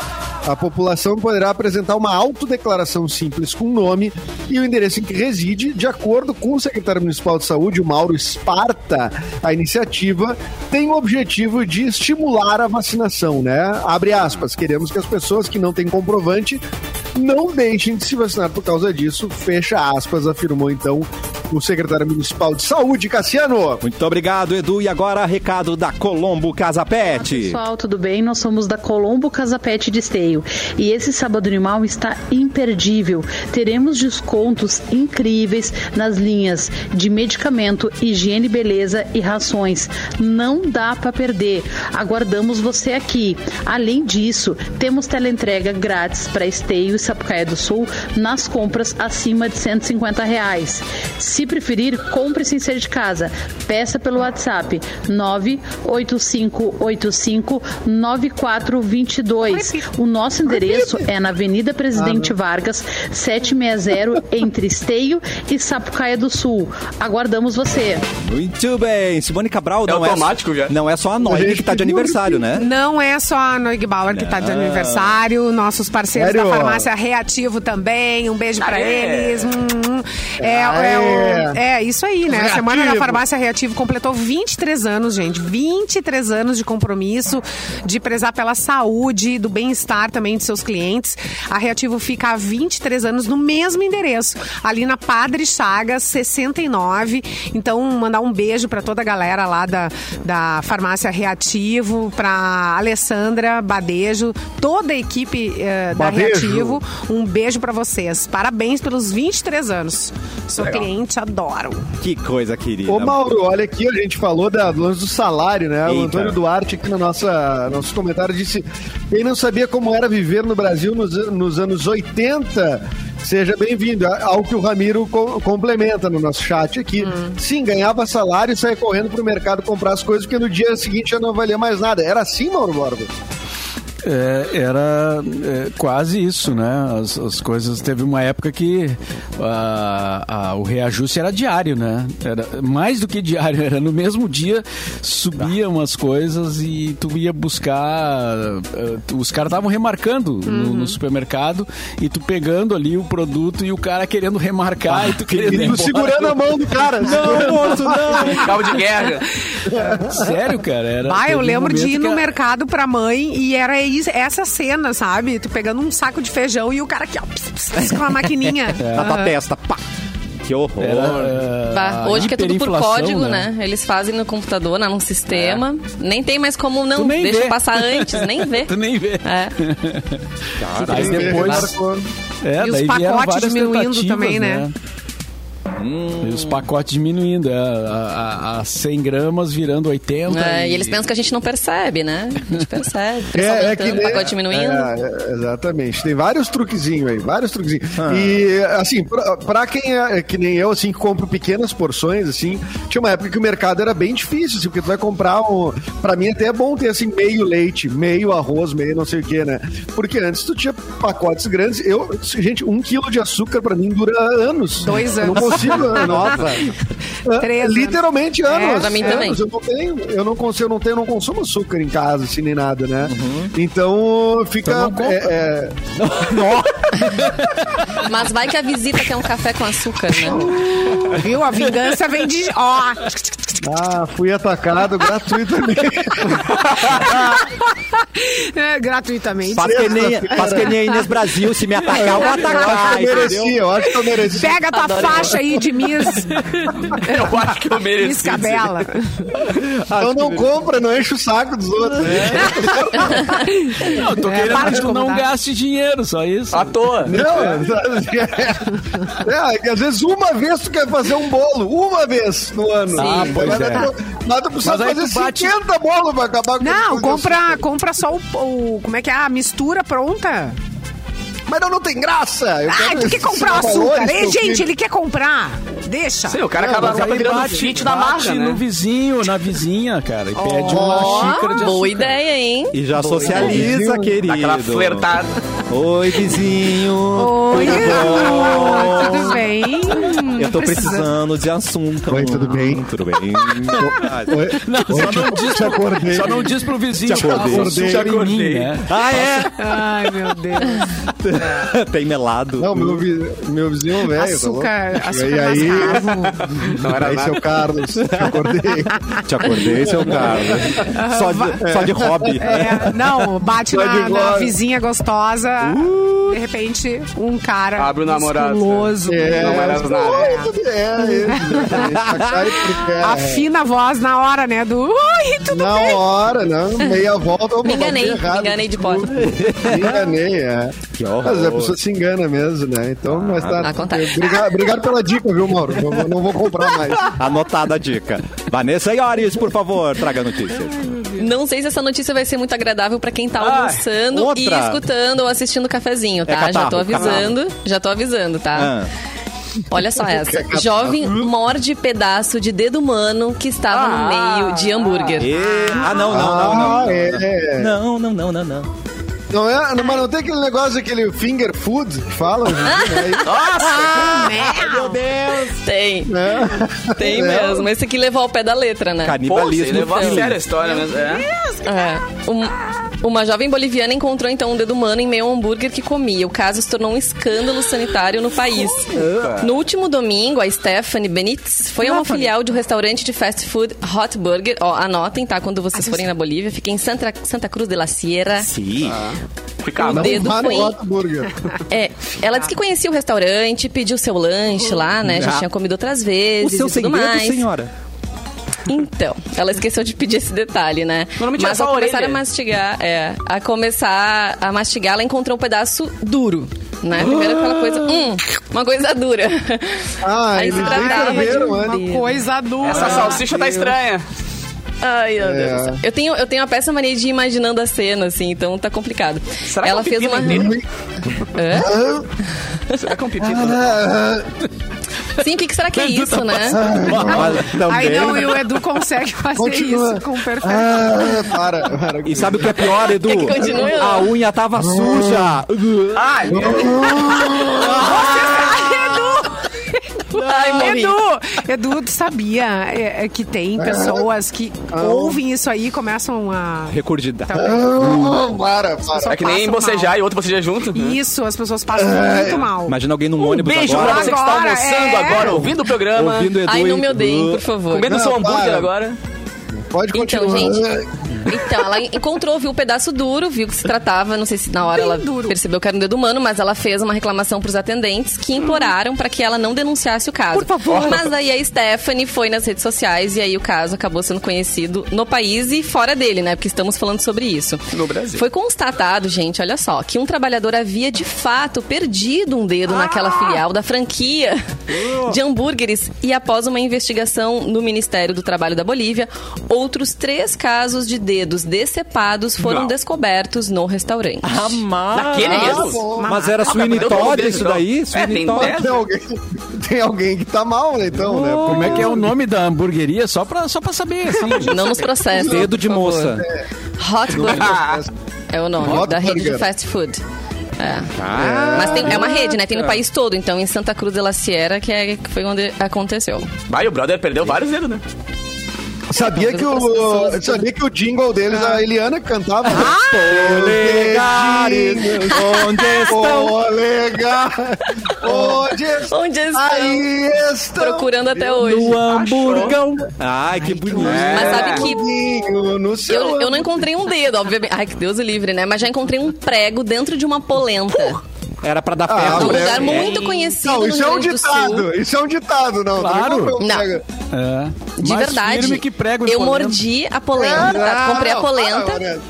Speaker 6: A população poderá apresentar uma autodeclaração simples com o nome e o endereço em que reside, de acordo com o secretário municipal de saúde, o Mauro Esparta. A iniciativa tem o objetivo de estimular a vacinação, né? Abre aspas, queremos que as pessoas que não têm comprovante não deixem de se vacinar por causa disso, fecha aspas, afirmou então o secretário municipal de saúde, Cassiano.
Speaker 1: Muito obrigado, Edu. E agora, recado da Colombo Casa Pet.
Speaker 8: Pessoal, tudo bem? Nós somos da Colombo Casapete de Esteio e esse sábado animal está imperdível. Teremos descontos incríveis nas linhas de medicamento, higiene, beleza e rações. Não dá para perder. Aguardamos você aqui. Além disso, temos teleentrega grátis para Esteio e Sapucaia do Sul nas compras acima de R$ 150 reais. Se preferir, compre sem ser de casa. Peça pelo WhatsApp 985859422. O nosso endereço é na Avenida Presidente Vargas, 760, entre Esteio e Sapucaia do Sul. Aguardamos você.
Speaker 1: Muito bem. Simone Cabral não é.
Speaker 3: automático já.
Speaker 1: Não é só a Noia que tá de aniversário, né?
Speaker 4: Não é só a Noig Bauer que tá de aniversário, nossos parceiros
Speaker 6: Sério?
Speaker 4: da farmácia Reativo também, um beijo pra
Speaker 3: Ah, é?
Speaker 4: eles. Hum, hum. É,
Speaker 6: Ah,
Speaker 4: é o-
Speaker 6: é.
Speaker 4: é isso aí, né? A Semana da
Speaker 6: Reativo.
Speaker 4: Farmácia Reativo completou 23 anos, gente. 23 anos de compromisso, de prezar pela saúde, do bem-estar também de seus clientes. A Reativo fica há 23 anos no mesmo endereço, ali na Padre Chagas, 69. Então, mandar um beijo pra toda a galera lá da, da Farmácia Reativo, pra Alessandra Badejo, toda a equipe eh, da
Speaker 6: Badejo.
Speaker 4: Reativo. Um beijo pra vocês. Parabéns pelos 23 anos. Sou cliente, adoro.
Speaker 1: Que coisa querida.
Speaker 6: Ô Mauro, olha aqui, a gente falou da, do lance do salário, né? O
Speaker 1: Eita.
Speaker 6: Antônio Duarte aqui no nossa, nosso comentário disse quem não sabia como era viver no Brasil nos, an- nos anos 80. Seja bem-vindo, a- ao que o Ramiro co- complementa no nosso chat aqui. Sim, ganhava salário e saia correndo pro mercado comprar as coisas, porque no dia seguinte já não valia mais nada. Era assim, Mauro Borba?
Speaker 5: é, era é, quase isso, né? As, as coisas. Teve uma época que ah, ah, o reajuste era diário, né? Era mais do que diário, era no mesmo dia subia umas coisas e tu ia buscar. ah, os caras estavam remarcando no,
Speaker 2: Uhum.
Speaker 5: no supermercado e tu pegando ali o produto e o cara querendo remarcar e tu
Speaker 2: Ah,
Speaker 5: querendo. ir
Speaker 6: E tu
Speaker 5: embora.
Speaker 6: segurando a mão do cara.
Speaker 5: Não, moço, não!
Speaker 3: Cabo Um de guerra.
Speaker 5: Sério, cara? Era,
Speaker 4: Bah, eu
Speaker 5: teve um
Speaker 4: lembro de
Speaker 5: momento
Speaker 4: ir
Speaker 5: que
Speaker 4: no
Speaker 5: a-
Speaker 4: mercado pra mãe e era is- essa cena, sabe? Tu pegando um saco de feijão e o cara aqui, ó, pss, pss, pss, com a maquininha.
Speaker 1: Na
Speaker 5: É.
Speaker 1: tua testa, pá. Que horror.
Speaker 5: Era,
Speaker 2: Bah,
Speaker 5: a
Speaker 2: hoje que é tudo por
Speaker 5: Ah, hiperinflação,
Speaker 2: código, né? Eles fazem no computador, né, num sistema. Nem tem mais como
Speaker 5: Tu
Speaker 2: não.
Speaker 5: nem
Speaker 2: Deixa
Speaker 5: vê.
Speaker 2: passar antes, nem vê.
Speaker 5: Tu nem vê.
Speaker 2: É. Ah,
Speaker 5: Aí
Speaker 6: Tem que
Speaker 5: depois.
Speaker 6: marcou.
Speaker 5: É,
Speaker 4: E os
Speaker 5: daí vieram
Speaker 4: pacotes
Speaker 5: várias
Speaker 4: diminuindo
Speaker 5: tentativas,
Speaker 4: também, né?
Speaker 5: E os pacotes diminuindo, é, a, a, a 100 gramas virando 80.
Speaker 2: É, e eles pensam que a gente não percebe, né? A gente percebe. Pressão aumentando,
Speaker 6: É, nem-
Speaker 2: pacote diminuindo.
Speaker 6: É, é, exatamente. Tem vários truquezinhos aí, vários truquezinhos. E, assim, pra, pra quem é, é que nem eu, assim, que compro pequenas porções, assim, tinha uma época que o mercado era bem difícil, assim, porque tu vai comprar um... Pra mim até é bom ter, assim, meio leite, meio arroz, meio não sei o que, né? Porque antes tu tinha pacotes grandes. Eu, gente, um quilo de açúcar pra mim dura anos.
Speaker 4: Dois
Speaker 6: Eu não
Speaker 4: anos.
Speaker 6: consigo, nossa.
Speaker 4: Três anos.
Speaker 6: Literalmente anos.
Speaker 2: É, pra mim também.
Speaker 6: anos. Eu não tenho, eu não consigo, eu não tenho, eu não consumo açúcar em casa, assim, nem nada, né? Então fica.
Speaker 5: Então não compra.
Speaker 6: é, é,
Speaker 2: Mas vai que a visita quer um café com açúcar, né?
Speaker 4: Ah, Viu? A vingança vem de. Ó!
Speaker 6: ah, fui atacado gratuitamente.
Speaker 4: É, gratuitamente.
Speaker 1: Faz que, nem, faz que nem Inês Brasil, se me atacar, eu vou
Speaker 6: eu acho
Speaker 1: atacar,
Speaker 6: que eu
Speaker 1: entendeu?
Speaker 6: mereci, eu acho que eu mereci.
Speaker 4: Pega tua faixa aí de Miss
Speaker 3: Eu acho que eu mereci.
Speaker 4: Iscabela.
Speaker 6: Então não compra, não enche o saco dos outros.
Speaker 5: Não, eu tô
Speaker 4: É, para de
Speaker 5: querendo que tu não
Speaker 4: incomodar.
Speaker 5: gaste dinheiro, só isso.
Speaker 3: À toa.
Speaker 6: Não, é, é, que às vezes uma vez tu quer fazer um bolo, uma vez no ano.
Speaker 5: Ah, pois
Speaker 6: Mas
Speaker 5: é.
Speaker 6: tu- Mas tu precisa
Speaker 5: Mas aí
Speaker 6: fazer
Speaker 5: tu bate-
Speaker 6: 50 bolos pra acabar com
Speaker 4: Não,
Speaker 6: com- com-
Speaker 4: compra, compra só o, o- Como é que é? A mistura pronta.
Speaker 6: Mas não, não tem graça.
Speaker 5: Tá
Speaker 6: Eu
Speaker 4: Ah,
Speaker 6: quero
Speaker 4: tu quer
Speaker 6: esses
Speaker 4: comprar o açúcar.
Speaker 6: valores,
Speaker 4: Ei,
Speaker 6: teu
Speaker 4: gente,
Speaker 6: filho.
Speaker 4: ele quer comprar. Deixa.
Speaker 3: Sim, o cara acaba,
Speaker 5: Mas
Speaker 3: acaba
Speaker 5: aí
Speaker 3: virando
Speaker 5: bate,
Speaker 3: fit na marra,
Speaker 5: bate no
Speaker 3: né?
Speaker 5: vizinho, na vizinha, cara, e pede uma xícara de açúcar.
Speaker 2: Boa ideia, hein?
Speaker 1: E já socializa, querido.
Speaker 3: Dá aquela flertada.
Speaker 1: Oi, vizinho.
Speaker 4: Oi,
Speaker 1: Tudo bom?
Speaker 4: amor, tudo bem?
Speaker 1: Eu tô precisando de assunto. Hum,
Speaker 6: Oi, tudo bem?
Speaker 1: Tudo bem.
Speaker 3: Ah,
Speaker 6: Oi,
Speaker 5: Não, só não, diz
Speaker 6: te
Speaker 5: pro,
Speaker 6: acordei.
Speaker 5: só não diz pro vizinho.
Speaker 1: Te acordei.
Speaker 5: passa açúcar
Speaker 6: Te
Speaker 5: em mim,
Speaker 3: acordei.
Speaker 5: né?
Speaker 1: ah, é?
Speaker 4: Ai, meu Deus.
Speaker 1: Tem melado.
Speaker 6: Não, meu, vi- meu vizinho velho.
Speaker 4: Açúcar,
Speaker 6: falou.
Speaker 4: açúcar
Speaker 6: tá E aí,
Speaker 4: mascavo.
Speaker 3: Não era
Speaker 6: aí
Speaker 3: nada.
Speaker 6: seu Carlos, te acordei.
Speaker 1: Te acordei, seu Carlos. Só de, só de hobby. né?
Speaker 4: É, não, bate
Speaker 6: Vai
Speaker 4: na,
Speaker 6: de
Speaker 4: na
Speaker 6: glória.
Speaker 4: vizinha gostosa. De repente, um cara
Speaker 3: Abre o namorado. né?
Speaker 4: musculoso.
Speaker 6: É,
Speaker 3: Não era
Speaker 6: eu-
Speaker 3: nada.
Speaker 6: Oi, tudo- é, exatamente. Acai porque é.
Speaker 4: Afina a voz na hora, né? Do Oi, tudo
Speaker 6: Na
Speaker 4: bem?
Speaker 6: hora, não. Meia volta. opa,
Speaker 2: Me enganei,
Speaker 6: botei Tá errado.
Speaker 2: me enganei de porta.
Speaker 6: Me enganei, é.
Speaker 1: Que horror.
Speaker 6: Mas a pessoa se engana mesmo, né? Então, mas
Speaker 3: Ah,
Speaker 6: tá.
Speaker 2: acontece.
Speaker 6: Obrigado, obrigado pela dica, viu, Mauro? Não, vou- não vou comprar mais.
Speaker 1: Anotada a dica. Vanessa Iores, por favor, traga notícias.
Speaker 2: Não sei se essa notícia vai ser muito agradável pra quem tá almoçando
Speaker 1: outra.
Speaker 2: e escutando ou assistindo o cafezinho, tá? já tô
Speaker 1: catarro,
Speaker 2: avisando, já tô avisando,
Speaker 1: Ah,
Speaker 2: tá? Olha só essa. Jovem morde pedaço de dedo humano que estava
Speaker 3: Ah.
Speaker 2: no meio de hambúrguer.
Speaker 1: e- ah, não, não, não, não.
Speaker 6: Ah, é.
Speaker 1: Não, não, não, não, não.
Speaker 6: Não é, não- mas não tem aquele negócio, aquele finger food que falam? Né?
Speaker 1: Meu Deus!
Speaker 2: Tem,
Speaker 6: Né?
Speaker 2: tem mesmo. Esse aqui levou ao pé da letra, né?
Speaker 3: Pô, você
Speaker 1: Canibalismo.
Speaker 3: levou a
Speaker 1: fino.
Speaker 3: sério a história, mas é.
Speaker 2: É. Um- uma jovem boliviana encontrou então um dedo humano em meio a um hambúrguer que comia. O caso se tornou um escândalo sanitário no país. No último domingo, a Stephanie Benitz foi a uma filial de um restaurante de fast food Hot Burger. Ó, anotem, tá? Quando vocês forem na Bolívia, fica em Santa, Santa Cruz de la Sierra.
Speaker 1: Sim.
Speaker 3: Fica
Speaker 6: um
Speaker 2: Não.
Speaker 3: não.
Speaker 2: Dedo
Speaker 6: vá no
Speaker 2: foi-
Speaker 6: Otto Burger.
Speaker 2: É, ela disse que conhecia o restaurante, pediu seu lanche lá, né? Já
Speaker 1: Ah.
Speaker 2: tinha comido outras
Speaker 1: O
Speaker 2: vezes
Speaker 1: seu
Speaker 2: e tudo
Speaker 1: segredo,
Speaker 2: mais.
Speaker 1: senhora.
Speaker 2: Então, ela esqueceu de pedir esse detalhe, né?
Speaker 3: Normalmente é
Speaker 2: Mas
Speaker 3: só
Speaker 2: ao
Speaker 3: a
Speaker 2: começar
Speaker 3: orelha.
Speaker 2: a mastigar, é, a começar a mastigar, ela encontrou um pedaço duro, né? Primeiro aquela coisa, hum, uma coisa dura.
Speaker 6: Ah, eles né?
Speaker 2: um
Speaker 6: descreveram antes.
Speaker 2: dedo.
Speaker 4: Uma coisa dura.
Speaker 3: Essa salsicha tá estranha.
Speaker 2: Ai, meu Deus. do céu.
Speaker 6: É.
Speaker 2: Eu tenho, eu tenho a peça mania de ir imaginando a cena, assim, então tá complicado.
Speaker 3: Será que é
Speaker 2: ela
Speaker 3: um
Speaker 2: fez
Speaker 3: pepino
Speaker 2: uma.
Speaker 3: inteiro?
Speaker 2: Hã?
Speaker 1: Ah,
Speaker 3: Será que é um pepino?
Speaker 6: Ah,
Speaker 2: Sim, o que, que será que é isso, né?
Speaker 4: Aí
Speaker 3: né?
Speaker 4: não, e o Edu consegue fazer
Speaker 6: Continua.
Speaker 4: isso com perfeição.
Speaker 6: Ah, para, para.
Speaker 1: E sabe o que é pior, Edu?
Speaker 2: Quer que continue?
Speaker 1: A unha
Speaker 6: Ah.
Speaker 1: tava suja.
Speaker 3: Ai,
Speaker 2: Ai, morri.
Speaker 4: Edu, Edu, tu sabia é, é, que tem pessoas que ouvem isso aí e começam a.
Speaker 1: Recurdida.
Speaker 6: Ah, para, para.
Speaker 4: Só
Speaker 3: é que nem
Speaker 4: passam
Speaker 3: bocejar
Speaker 4: mal.
Speaker 3: e outro bocejar junto.
Speaker 4: Isso, as pessoas passam
Speaker 6: É.
Speaker 4: muito mal.
Speaker 1: Imagina alguém num
Speaker 3: Um
Speaker 1: ônibus
Speaker 3: beijo
Speaker 1: agora.
Speaker 3: pra você que está
Speaker 4: Agora,
Speaker 3: almoçando
Speaker 4: é.
Speaker 3: agora, ouvindo o programa.
Speaker 1: Ouvindo Edu
Speaker 2: Ai, não
Speaker 1: e-
Speaker 2: me odeiem, por favor.
Speaker 3: Comendo seu
Speaker 6: Não,
Speaker 3: hambúrguer
Speaker 6: para.
Speaker 3: agora.
Speaker 6: Pode
Speaker 2: Então,
Speaker 6: continuar.
Speaker 2: gente. Então, ela encontrou, viu o pedaço duro, viu que se tratava, não sei se na hora
Speaker 4: Bem
Speaker 2: ela
Speaker 4: duro.
Speaker 2: percebeu que era um dedo humano, mas ela fez uma reclamação pros atendentes que imploraram pra que ela não denunciasse o caso.
Speaker 4: Por favor.
Speaker 2: Mas aí a Stephanie foi nas redes sociais e aí o caso acabou sendo conhecido no país e fora dele, né? Porque estamos falando sobre isso.
Speaker 3: No Brasil.
Speaker 2: Foi constatado, gente, olha só, que um trabalhador havia de fato perdido um dedo naquela filial da franquia de hambúrgueres e após uma investigação no Ministério do Trabalho da Bolívia, outros três casos de dedos decepados foram
Speaker 1: Não.
Speaker 2: descobertos no restaurante.
Speaker 1: Amar.
Speaker 3: Naquele mesmo?
Speaker 1: Mas era
Speaker 3: Ah,
Speaker 1: Sweeney
Speaker 3: tá, mas eu tô
Speaker 1: Todd
Speaker 3: ouvindo,
Speaker 1: isso
Speaker 3: então.
Speaker 1: daí?
Speaker 3: É,
Speaker 1: Sweeney
Speaker 3: tem
Speaker 1: Todd.
Speaker 3: dez.
Speaker 6: Tem alguém, tem alguém que tá mal, né, então, né?
Speaker 5: Como é que é o nome da hamburgueria? Só pra, só pra saber, assim.
Speaker 2: Não nos processam.
Speaker 1: Dedo de moça.
Speaker 2: Hot Burger
Speaker 3: Ah,
Speaker 6: né?
Speaker 2: é o nome
Speaker 6: Hot
Speaker 2: da rede de
Speaker 6: Burger.
Speaker 2: fast food. É. Mas tem- é uma rede, né? Tem no país todo. Então, em Santa Cruz de la Sierra, que, é, que foi onde aconteceu.
Speaker 3: vai, o brother perdeu vários dedos, né?
Speaker 6: Sabia
Speaker 2: Tá
Speaker 6: que o
Speaker 2: né?
Speaker 6: sabia que o jingle deles
Speaker 2: Ah.
Speaker 6: a Eliana que cantava. né?
Speaker 1: Polegares, onde estão?
Speaker 6: Colega, onde está?
Speaker 2: Onde estão?
Speaker 6: Aí está.
Speaker 2: Procurando até hoje.
Speaker 1: No hamburgão. Ai, que bonito.
Speaker 2: Mas Ah, sabe que
Speaker 6: é, No seu
Speaker 2: Eu, eu não encontrei um dedo, obviamente. Ai, que Deus o livre, né? Mas já encontrei um prego dentro de uma polenta.
Speaker 1: Era pra dar
Speaker 6: Ah,
Speaker 1: ferro.
Speaker 2: num
Speaker 6: prego.
Speaker 2: É um lugar muito conhecido
Speaker 6: Não,
Speaker 2: no
Speaker 6: isso
Speaker 2: Rio
Speaker 6: é um
Speaker 2: Grande do Sul.
Speaker 6: ditado. Isso é um ditado, não.
Speaker 5: Claro.
Speaker 2: Não.
Speaker 5: É.
Speaker 2: De
Speaker 5: Mais
Speaker 2: verdade.
Speaker 5: firme que prego no
Speaker 2: eu
Speaker 5: polenta.
Speaker 2: mordi a polenta,
Speaker 6: Ah,
Speaker 2: tá? comprei a polenta,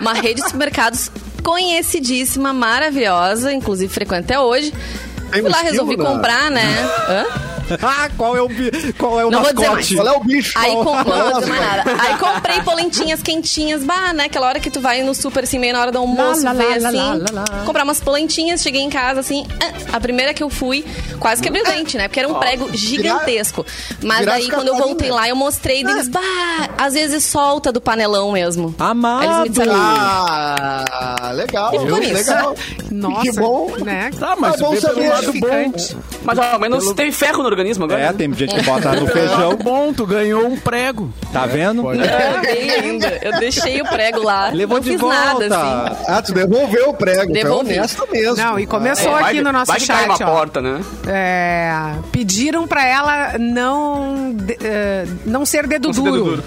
Speaker 2: uma rede de supermercados conhecidíssima, maravilhosa, inclusive frequente até hoje.
Speaker 6: Tem
Speaker 2: Fui lá,
Speaker 6: um
Speaker 2: resolvi
Speaker 6: quilo na-
Speaker 2: comprar, né? Hã?
Speaker 1: Ah, qual é o, bi- qual é o
Speaker 2: Não vou dizer
Speaker 1: mascote?
Speaker 6: Qual é o bicho?
Speaker 2: Aí, com... não
Speaker 6: Qual é
Speaker 2: vou
Speaker 6: o
Speaker 2: dizer mais nada. Aí comprei polentinhas quentinhas, bah, né? Aquela hora que tu vai no super, assim, meio na hora do almoço,
Speaker 4: Lá, lá,
Speaker 2: vê
Speaker 4: lá,
Speaker 2: assim.
Speaker 4: lá, lá,
Speaker 2: Comprar umas polentinhas, cheguei em casa, assim. ah, A primeira que eu fui, quase quebrei o dente, né? Porque era um prego gigantesco. Mas
Speaker 6: virar
Speaker 2: daí, quando eu
Speaker 6: escapar,
Speaker 2: voltei
Speaker 6: né?
Speaker 2: lá, eu mostrei deles, bah, às vezes solta do panelão mesmo.
Speaker 1: Amado.
Speaker 2: Aí eles me disseram,
Speaker 6: Ah, legal.
Speaker 2: ficou nisso.
Speaker 6: legal.
Speaker 4: Nossa,
Speaker 6: Que bom.
Speaker 4: né?
Speaker 5: Tá, mas
Speaker 6: Tá bom
Speaker 5: vê pelo
Speaker 6: saber.
Speaker 5: lado bom.
Speaker 4: Gratificante.
Speaker 3: Mas ao menos teve ferro no organismo agora.
Speaker 1: É,
Speaker 3: né?
Speaker 1: tem gente que bota no feijão.
Speaker 5: Feijão bom, tu ganhou um prego.
Speaker 1: Tá vendo?
Speaker 2: eu dei ainda. Eu deixei o prego lá.
Speaker 1: Levou
Speaker 2: não
Speaker 1: de
Speaker 2: fiz
Speaker 1: volta.
Speaker 2: nada, assim.
Speaker 6: Ah, tu devolveu o prego.
Speaker 2: Devolvi.
Speaker 6: Devolvi. Honesto mesmo.
Speaker 4: Não, e começou
Speaker 3: Vai
Speaker 4: aqui
Speaker 3: que-
Speaker 4: no nosso
Speaker 3: vai que cai
Speaker 4: chat,
Speaker 3: uma
Speaker 4: ó.
Speaker 3: porta, né?
Speaker 4: É, pediram pra ela não, de- eh, não ser dedo
Speaker 3: Não ser
Speaker 4: duro.
Speaker 3: dedo duro.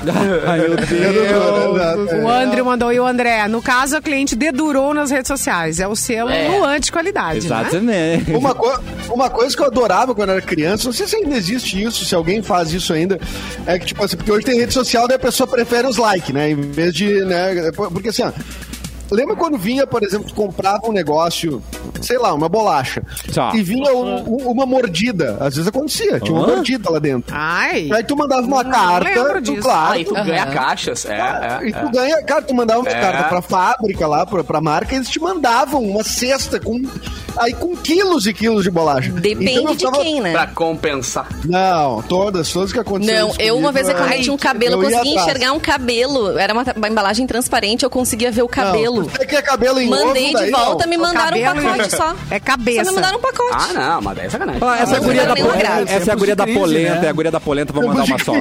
Speaker 1: Ai, meu
Speaker 6: é,
Speaker 1: Deus.
Speaker 4: O André mandou e o André. No caso, a cliente dedurou nas redes sociais. É o selo
Speaker 3: É.
Speaker 4: Luan de qualidade, né?
Speaker 1: Exatamente.
Speaker 6: Uma, co- uma coisa que eu adorava quando eu era criança, não sei se ainda existe isso, se alguém faz isso ainda, é que, tipo assim, porque hoje tem rede social, daí a pessoa prefere os likes, né? Em vez de, né? Porque assim, ó. Lembra quando vinha, por exemplo, tu comprava um negócio, sei lá, uma bolacha,
Speaker 1: Tá.
Speaker 6: e vinha um- um- uma mordida. Às vezes acontecia, tinha uma
Speaker 1: Hã?
Speaker 6: mordida lá dentro.
Speaker 4: Ai,
Speaker 6: Aí tu mandava uma
Speaker 4: Ah, Não
Speaker 6: carta,
Speaker 4: lembro
Speaker 6: tu,
Speaker 4: disso.
Speaker 6: claro,
Speaker 3: Aí Ah, tu
Speaker 2: Aham.
Speaker 3: ganha caixas. É, é,
Speaker 1: Ah,
Speaker 6: e
Speaker 3: é.
Speaker 6: tu ganha, cara, tu mandava uma
Speaker 3: É.
Speaker 6: carta pra fábrica lá, pra, pra marca, eles te mandavam uma cesta com. Aí com quilos e quilos de bolacha.
Speaker 2: Depende
Speaker 6: Então eu
Speaker 2: de
Speaker 6: ficava-
Speaker 2: quem, né?
Speaker 3: Pra compensar.
Speaker 6: Não, todas, todas que aconteceram.
Speaker 2: Não, eu uma vez
Speaker 6: comigo,
Speaker 2: eu tinha um cabelo, eu
Speaker 6: né? ia
Speaker 2: consegui
Speaker 6: atrás.
Speaker 2: enxergar um cabelo. Era uma, uma embalagem transparente, eu conseguia ver o cabelo.
Speaker 6: Não, você quer é cabelo em
Speaker 2: Mandei
Speaker 6: ovo, daí
Speaker 2: de volta,
Speaker 6: não.
Speaker 2: me mandaram um
Speaker 4: cabelo-
Speaker 2: pacote só.
Speaker 4: é cabeça.
Speaker 2: Só me mandaram um pacote.
Speaker 3: Ah, não, mas daí é sacanagem.
Speaker 1: Ah, essa é a
Speaker 2: Não,
Speaker 1: guria da
Speaker 2: não era nenhum
Speaker 1: polenta.
Speaker 2: grave.
Speaker 1: Essa é a guria da
Speaker 5: Tempos de crise,
Speaker 1: polenta.
Speaker 5: né?
Speaker 1: É a guria da polenta. Vou mandar uma só.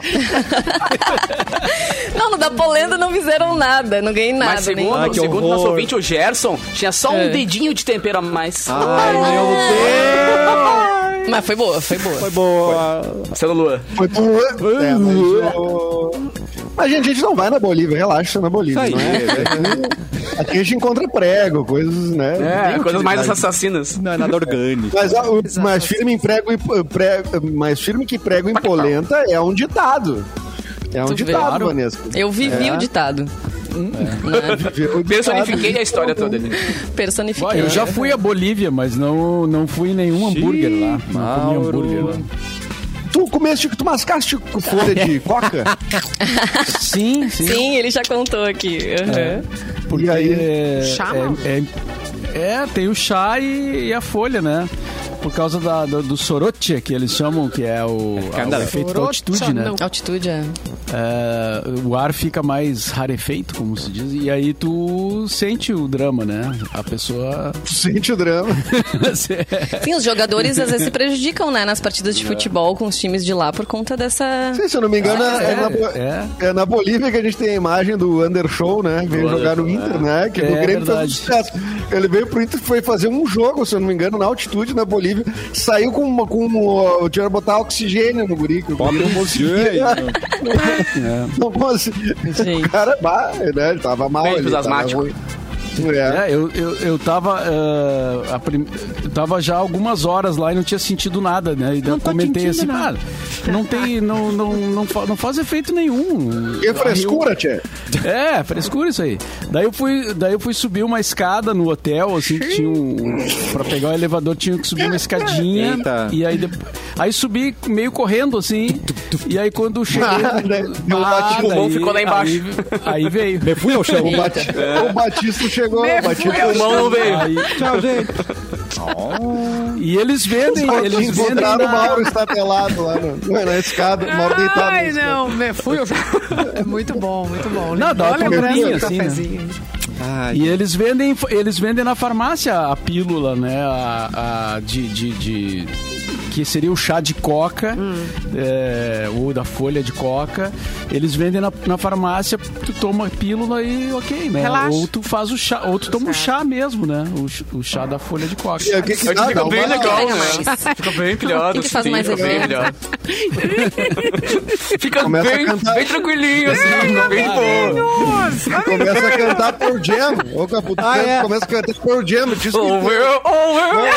Speaker 2: Não, no da polenta não fizeram nada, não ganhei nada.
Speaker 3: Mas
Speaker 2: nem.
Speaker 3: segundo,
Speaker 1: Ah, que
Speaker 3: segundo
Speaker 1: horror. É.
Speaker 3: nosso ouvinte, o Gerson, tinha só um dedinho de tempero a mais.
Speaker 1: Ai, meu Deus.
Speaker 2: Mas foi boa, foi boa.
Speaker 1: Foi boa.
Speaker 3: Sendo Lua.
Speaker 6: Foi pro... é, mas, o-
Speaker 3: né?
Speaker 6: mas, gente, a gente não vai na Bolívia, relaxa na Bolívia.
Speaker 1: Isso
Speaker 6: Não
Speaker 1: aí.
Speaker 6: é? Aqui a gente encontra prego, coisas, né?
Speaker 3: É,
Speaker 6: Tem
Speaker 3: coisas mais
Speaker 6: utilidade.
Speaker 3: assassinas.
Speaker 1: Não é nada orgânico.
Speaker 6: Mas ah, o mais firme, em prego, em- prego, mais firme que prego em polenta é um ditado. É um
Speaker 2: Tu vê.
Speaker 6: ditado, Vanessa.
Speaker 2: Eu vivi
Speaker 6: É.
Speaker 2: o ditado. Né?
Speaker 3: Personifiquei a história toda ali.
Speaker 2: Personifiquei.
Speaker 5: Ó, eu já fui à Bolívia, mas não, não fui em nenhum hambúrguer lá. Não comi
Speaker 1: Mauro.
Speaker 5: hambúrguer lá.
Speaker 6: Tu comeste, tu mascaste com folha de coca?
Speaker 5: Sim, sim.
Speaker 2: Sim, ele já contou aqui. Uhum.
Speaker 6: É.
Speaker 5: Porque
Speaker 6: E aí?
Speaker 5: É,
Speaker 4: Chá,
Speaker 5: é-
Speaker 4: Mauro?
Speaker 5: é- é, tem o chá e, e a folha, né? por causa da- do, do sorote, que eles chamam, que é o,
Speaker 1: cada-
Speaker 5: o efeito da altitude, né?
Speaker 4: Não.
Speaker 2: Altitude é.
Speaker 5: É, o ar fica mais rarefeito, como se diz, e aí tu sente o drama, né? A pessoa.
Speaker 6: Tu sente o drama.
Speaker 2: Sim, os jogadores às vezes se prejudicam, né, nas partidas de futebol com os times de lá por conta dessa.
Speaker 6: É. Sim, se eu não me engano, é,
Speaker 5: é,
Speaker 6: na, Bo-
Speaker 5: é.
Speaker 6: é na Bolívia que a gente tem a imagem do Anderson, né? Veio jogar no Inter, né? Que
Speaker 5: É,
Speaker 6: no Grêmio
Speaker 5: verdade.
Speaker 6: fez um sucesso. Ele veio pro Inter e foi fazer um jogo, se eu não me engano, na altitude, na Bolívia. Saiu com, uma, com uh, tinha que botar oxigênio no guri. que o guri não conseguia. Não conseguia.
Speaker 2: Gente.
Speaker 6: O cara, bah, né? Ele tava mal
Speaker 3: Beijo
Speaker 6: ali.
Speaker 3: pros
Speaker 6: Tava
Speaker 3: asmáticos.
Speaker 6: ruim.
Speaker 5: É,
Speaker 6: É.
Speaker 5: eu, eu, eu tava. ah, a prim- eu tava já algumas horas lá e não tinha sentido nada, né? E daí eu comentei assim, cara, não tem. Não, não, não, fa- não faz efeito nenhum.
Speaker 6: Que frescura, tchê.
Speaker 5: É, frescura isso aí. Daí eu fui, daí eu fui subir uma escada no hotel, assim, que tinha um. Pra pegar o elevador tinha que subir uma escadinha.
Speaker 1: Eita.
Speaker 5: E aí depois. Aí subi meio correndo, assim. E aí quando eu cheguei.
Speaker 6: Ah, daí deu um bate-
Speaker 5: daí-
Speaker 3: pulmão ficou lá embaixo.
Speaker 5: Aí, aí veio.
Speaker 1: Me fui
Speaker 5: É.
Speaker 1: ao chão.
Speaker 6: O, Bat- o Batista chegou.
Speaker 4: Meu
Speaker 6: O Batista
Speaker 3: O pulmão não veio.
Speaker 5: Aí-
Speaker 1: Tchau, gente.
Speaker 5: e eles vendem, eles vendem.
Speaker 6: encontraram o
Speaker 5: na-
Speaker 6: Mauro estatelado lá no- na escada.
Speaker 2: um
Speaker 6: o Mauro deitado. na
Speaker 4: Ai,
Speaker 6: escada.
Speaker 4: não, né, fui eu. É muito bom, muito bom.
Speaker 5: Não, dá uma
Speaker 4: Olha a lembrança
Speaker 5: tomadinha,
Speaker 4: do
Speaker 5: assim, né?
Speaker 4: cafezinho.
Speaker 5: E eles vendem, eles vendem na farmácia a pílula, né? A, a- de, de, de- que seria o chá de coca, é, ou da folha de coca. Eles vendem na, na farmácia, tu toma a pílula e ok, né?
Speaker 4: Relaxa.
Speaker 5: Ou tu faz o chá, ou tu toma o chá mesmo, né? O, ch- o chá da folha de coca.
Speaker 6: E aí, o que que
Speaker 3: Eu
Speaker 6: dá?
Speaker 3: fico
Speaker 6: Dá
Speaker 3: bem
Speaker 6: uma-
Speaker 3: legal,
Speaker 2: Pega
Speaker 3: né?
Speaker 2: mais.
Speaker 3: Fica bem pilhado.
Speaker 2: O que que faz
Speaker 3: sim,
Speaker 2: mais
Speaker 3: fica bem
Speaker 2: legal?
Speaker 3: pilhado. Fica
Speaker 6: Começa a
Speaker 3: bem,
Speaker 6: cantar.
Speaker 3: bem tranquilinho, assim, bem de boa.
Speaker 4: Nossa,
Speaker 6: Começa a cantar por Jam. Ô, Caputo,
Speaker 1: Ah, é.
Speaker 6: começa a cantar por Jam. Diz que
Speaker 3: Over, over.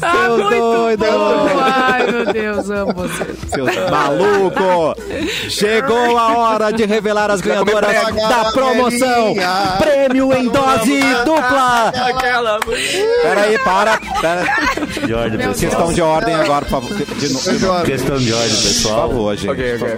Speaker 4: tá
Speaker 1: Seus
Speaker 4: muito
Speaker 1: doidos.
Speaker 4: boa. Oh, Ai, meu Deus, amo vocês.
Speaker 1: Seus maluco! Chegou a hora de revelar as ganhadoras
Speaker 6: comer prego.
Speaker 1: da promoção!
Speaker 6: Galerinha.
Speaker 1: Prêmio em dose dupla!
Speaker 3: Aquela.
Speaker 1: Peraí, para! Pera.
Speaker 9: De ordem, pessoal.
Speaker 1: Questão de ordem agora, por favor. De novo,
Speaker 6: Eu
Speaker 1: por
Speaker 6: choro,
Speaker 9: Questão de ordem, pessoal.
Speaker 1: favor, gente.
Speaker 6: eu choro,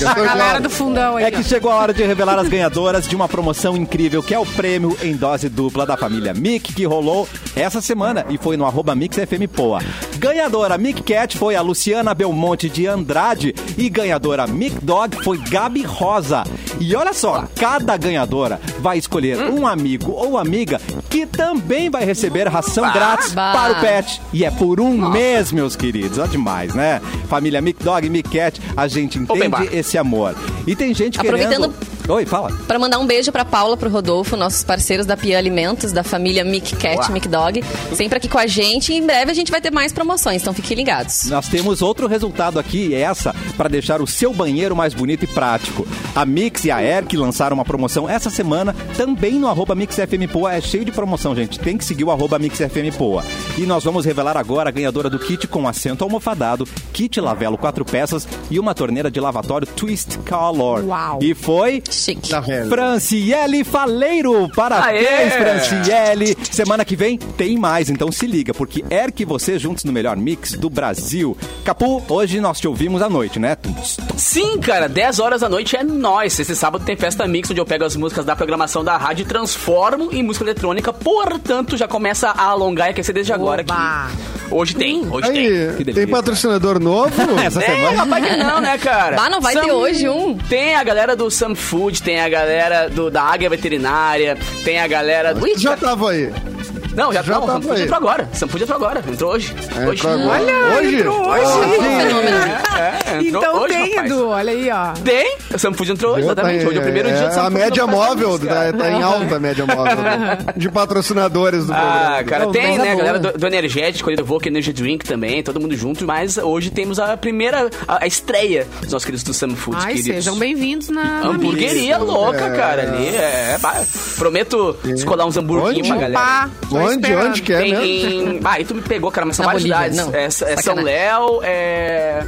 Speaker 6: eu
Speaker 4: A galera
Speaker 6: choro.
Speaker 4: do fundão aí.
Speaker 1: É que chegou a hora de revelar as ganhadoras de uma promoção incrível, que é o prêmio em dose dupla da família Mick, que rolou essa semana e foi no arroba Mix FM Poa. Ganhadora Mick Cat foi a Luciana Belmonte de Andrade e ganhadora Mick Dog foi Gabi Rosa. E olha só, cada ganhadora vai escolher um amigo ou amiga que também vai receber ração grátis
Speaker 2: Bah.
Speaker 1: para o pet. E é por um mês, meus queridos. Ó, demais, né? Família Mick Dog e Mick Cat, a gente
Speaker 3: bem, bah.
Speaker 1: entende esse amor. E tem gente
Speaker 2: Aproveitando-
Speaker 1: querendo... Oi, fala.
Speaker 2: Pra mandar um beijo pra Paula, pro Rodolfo, nossos parceiros da Pia Alimentos, da família Mick Cat, Mick Dog, sempre aqui com a gente. Em breve a gente vai ter mais promoções, então fiquem ligados.
Speaker 1: Nós temos outro resultado aqui, é essa, para deixar o seu banheiro mais bonito e prático. A Mix e a Air que lançaram uma promoção essa semana, também no arroba Mix FM Poa. É cheio de promoção, gente. Tem que seguir o arroba Mix FM Poa. E nós vamos revelar agora a ganhadora do kit com assento almofadado, kit lavelo quatro peças e uma torneira de lavatório Twist Color.
Speaker 4: Uau.
Speaker 1: E foi...
Speaker 2: Chique.
Speaker 6: Tá vendo?
Speaker 1: Franciele Faleiro, parabéns,
Speaker 3: Aê!
Speaker 1: Franciele. Semana que vem tem mais, então se liga, porque é que você juntos no melhor mix do Brasil. Capu, hoje nós te ouvimos à noite, né? Tum, tum.
Speaker 3: Sim, cara, 10 horas da noite é nóis. Esse sábado tem festa mix, onde eu pego as músicas da programação da rádio e transformo em música eletrônica. Portanto, já começa a alongar e aquecer desde agora aqui.
Speaker 4: Oba.
Speaker 3: Hoje tem, hoje tem.
Speaker 6: Aí,
Speaker 1: delícia.
Speaker 6: tem patrocinador novo?
Speaker 1: Essa
Speaker 3: É,
Speaker 1: semana.
Speaker 3: rapaz, que não, né, cara?
Speaker 2: Bah, não vai ter hoje um?
Speaker 3: Tem a galera do Sam Food, tem a galera do, da Águia Veterinária, tem a galera do. Ui,
Speaker 6: Já
Speaker 3: cara,
Speaker 6: tava aí.
Speaker 3: Não, já,
Speaker 6: já
Speaker 3: não, o Sam
Speaker 6: tava
Speaker 3: Food
Speaker 6: aí.
Speaker 3: entrou agora. Sam Food entrou agora, entrou hoje.
Speaker 6: É,
Speaker 3: hoje.
Speaker 6: entrou agora. hoje?
Speaker 3: É, é, entrou
Speaker 4: Então
Speaker 3: hoje,
Speaker 4: tem,
Speaker 3: rapaz.
Speaker 4: Edu, olha aí, ó.
Speaker 3: Tem, o Sam Food entrou hoje,
Speaker 6: Viu?
Speaker 3: exatamente.
Speaker 6: Tá aí,
Speaker 3: hoje é o primeiro dia do Sam Food
Speaker 6: A
Speaker 3: na
Speaker 6: média
Speaker 3: festa
Speaker 6: móvel,
Speaker 3: mix, cara.
Speaker 6: tá, tá em alta a média móvel. né? De patrocinadores do
Speaker 3: Ah,
Speaker 6: programa.
Speaker 3: cara,
Speaker 2: Não,
Speaker 3: tem,
Speaker 2: mas é
Speaker 3: né? A
Speaker 2: boa.
Speaker 3: galera do, do Energético, do Evoque Energy Drink também, todo mundo junto, mas hoje temos a primeira, a, a estreia dos nossos queridos do Sam Foods,
Speaker 4: Ai,
Speaker 3: queridos.
Speaker 4: sejam bem-vindos na. na
Speaker 3: Hamburgueria
Speaker 4: Mix.
Speaker 3: louca, cara, ali. É, pá, prometo descolar uns hamburguinhos
Speaker 6: Onde?
Speaker 3: pra galera.
Speaker 4: Opa, tô esperando.
Speaker 6: Onde? Onde que é?
Speaker 3: Tem
Speaker 6: mesmo?
Speaker 3: em... Ah, aí tu me pegou, cara, mas são
Speaker 2: Na
Speaker 3: várias
Speaker 2: Bolívia,
Speaker 3: cidades.
Speaker 2: não.
Speaker 3: É, S- é São
Speaker 2: Sacanagem.
Speaker 3: Léo, é...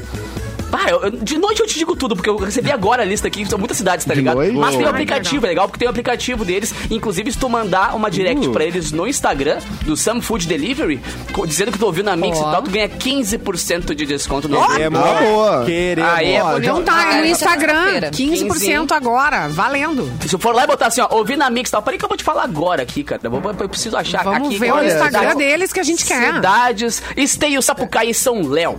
Speaker 3: Pá, eu- eu- de noite eu te digo tudo, porque eu recebi agora a lista aqui, são muitas cidades, tá
Speaker 6: De
Speaker 3: ligado?
Speaker 6: noite?
Speaker 3: Mas tem um
Speaker 6: Boa.
Speaker 3: aplicativo, é legal, porque tem um aplicativo deles. Inclusive, se tu mandar uma
Speaker 6: Uh.
Speaker 3: direct pra eles no Instagram, do Some Food Delivery, co- dizendo que tu ouviu na Mix
Speaker 2: Ó.
Speaker 3: e tal, tu ganha 15% de desconto no
Speaker 1: Queremos.
Speaker 6: Ah, boa.
Speaker 1: Queremos.
Speaker 3: Aí é bonito.
Speaker 4: Então tá,
Speaker 2: Ah,
Speaker 4: é no
Speaker 2: é
Speaker 4: Instagram,
Speaker 2: sexta-feira.
Speaker 4: 15% agora, valendo.
Speaker 3: Se eu for lá e botar assim, ó, ouvi na Mix e tal, peraí que eu vou te falar agora aqui, cara. Eu, vou- eu preciso achar
Speaker 4: Vamos
Speaker 3: aqui.
Speaker 4: ver o
Speaker 3: qual é a
Speaker 4: Instagram
Speaker 3: cidade.
Speaker 4: deles que a gente quer.
Speaker 3: Cidades, Esteio, Sapucaí e São Léo.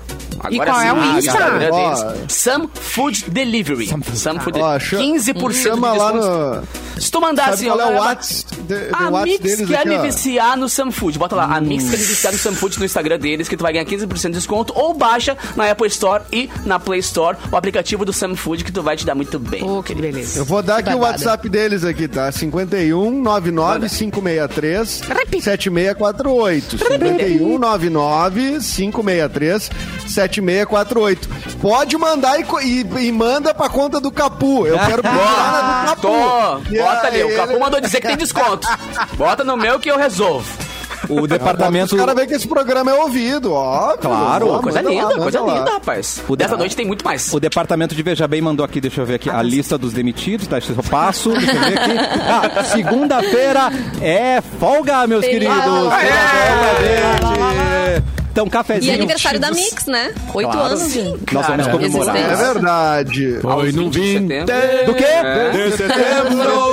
Speaker 4: E qual é o
Speaker 3: ah,
Speaker 4: Insta?
Speaker 3: Instagram deles.
Speaker 6: Ó.
Speaker 3: Some Food Delivery. Some Food,
Speaker 6: Ó,
Speaker 3: Delivery.
Speaker 6: chama-
Speaker 3: 15%
Speaker 6: Chama
Speaker 3: de
Speaker 6: lá
Speaker 3: desconto.
Speaker 6: no.
Speaker 3: Se tu mandar
Speaker 6: Sabe
Speaker 3: assim,
Speaker 6: qual
Speaker 3: ó,
Speaker 6: é o
Speaker 3: galera,
Speaker 6: Whats? de-
Speaker 3: a
Speaker 6: do Whats
Speaker 3: Ah, Mix é
Speaker 6: deles
Speaker 3: quer
Speaker 6: aqui,
Speaker 3: me
Speaker 6: ó.
Speaker 3: viciar no Some Food. Bota lá, a Mix quer me viciar no Some Food no Instagram deles, que tu vai ganhar 15% de desconto, ou baixa na Apple Store e na Play Store o aplicativo do Some Food que tu vai te dar muito bem.
Speaker 4: Ô, que beleza.
Speaker 6: Eu vou dar aqui o WhatsApp deles aqui, tá? 51 99 563 7648. 51 99 563 7648. Pode mandar e, co- e, e manda pra conta do Capu. Eu quero procurar na do Capu.
Speaker 3: Ah, Tô,
Speaker 6: E
Speaker 3: bota ali,
Speaker 6: aí,
Speaker 3: o Capu
Speaker 6: ele-
Speaker 3: mandou dizer que tem desconto. Bota no meu que eu resolvo.
Speaker 1: O
Speaker 6: Os
Speaker 1: departamento.
Speaker 6: caras veem que esse programa é ouvido, ó.
Speaker 1: Claro.
Speaker 6: Ó,
Speaker 3: Coisa
Speaker 6: Ah, manda lá,
Speaker 3: linda,
Speaker 6: manda
Speaker 3: coisa
Speaker 6: lá.
Speaker 3: linda, rapaz. O dessa noite tem muito mais.
Speaker 1: O departamento de Veja Bem mandou aqui, deixa eu ver aqui, a lista dos demitidos, tá? Deixa eu passo, deixa eu ver aqui. Ah, segunda-feira é folga, meus
Speaker 2: Feriado.
Speaker 1: queridos. Segunda-feira, gente. Então,
Speaker 2: E é
Speaker 1: cafezinho.
Speaker 2: aniversário da
Speaker 1: Cheetos.
Speaker 2: Mix, né? Oito
Speaker 1: Claro.
Speaker 2: anos.
Speaker 1: Nós vamos
Speaker 3: Cara,
Speaker 6: É
Speaker 1: comemorar.
Speaker 2: existência.
Speaker 6: verdade.
Speaker 5: Foi no
Speaker 3: 20 de
Speaker 5: vinte
Speaker 3: setembro.
Speaker 1: Do quê?
Speaker 3: É.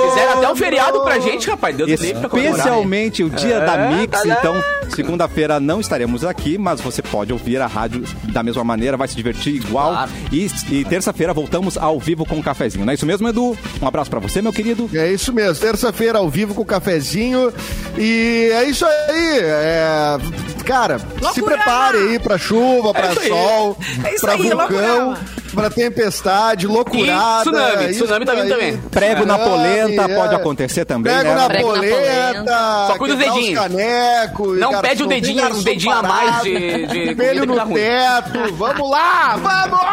Speaker 3: Fizeram até um feriado pra gente, rapaz. Deus do livre pra comemorar. É. Tá
Speaker 1: Especialmente o dia da Mix, então segunda-feira não estaremos aqui, mas você pode ouvir a rádio da mesma maneira, vai se divertir igual.
Speaker 3: Claro.
Speaker 1: E, e terça-feira voltamos ao vivo com o cafezinho. Não é isso mesmo, Edu? Um abraço pra você, meu querido.
Speaker 6: É isso mesmo, terça-feira ao vivo com o cafezinho. E é isso aí. é, Cara, se prepare aí pra chuva, pra
Speaker 3: isso aí.
Speaker 6: sol,
Speaker 4: É isso
Speaker 6: pra
Speaker 4: aí,
Speaker 6: vulcão,
Speaker 4: loucurama.
Speaker 6: pra tempestade, loucurada.
Speaker 3: E tsunami, tsunami tá vindo
Speaker 6: aí.
Speaker 3: também.
Speaker 1: Prego na
Speaker 6: Tsunami,
Speaker 1: polenta,
Speaker 6: é.
Speaker 1: pode acontecer também,
Speaker 6: Prego
Speaker 1: né?
Speaker 6: na
Speaker 2: Prego na
Speaker 6: polenta.
Speaker 3: Só cuida do
Speaker 6: quebrar os
Speaker 3: dedinho.
Speaker 6: canecos,
Speaker 3: Não
Speaker 6: cara,
Speaker 3: pede o
Speaker 6: tem
Speaker 3: dedinho-
Speaker 6: garçom
Speaker 3: o dedinho a mais
Speaker 6: parado,
Speaker 3: de- de comida
Speaker 6: Espelho
Speaker 3: que
Speaker 6: no
Speaker 3: tá ruim.
Speaker 6: teto. Vamos lá, vamos!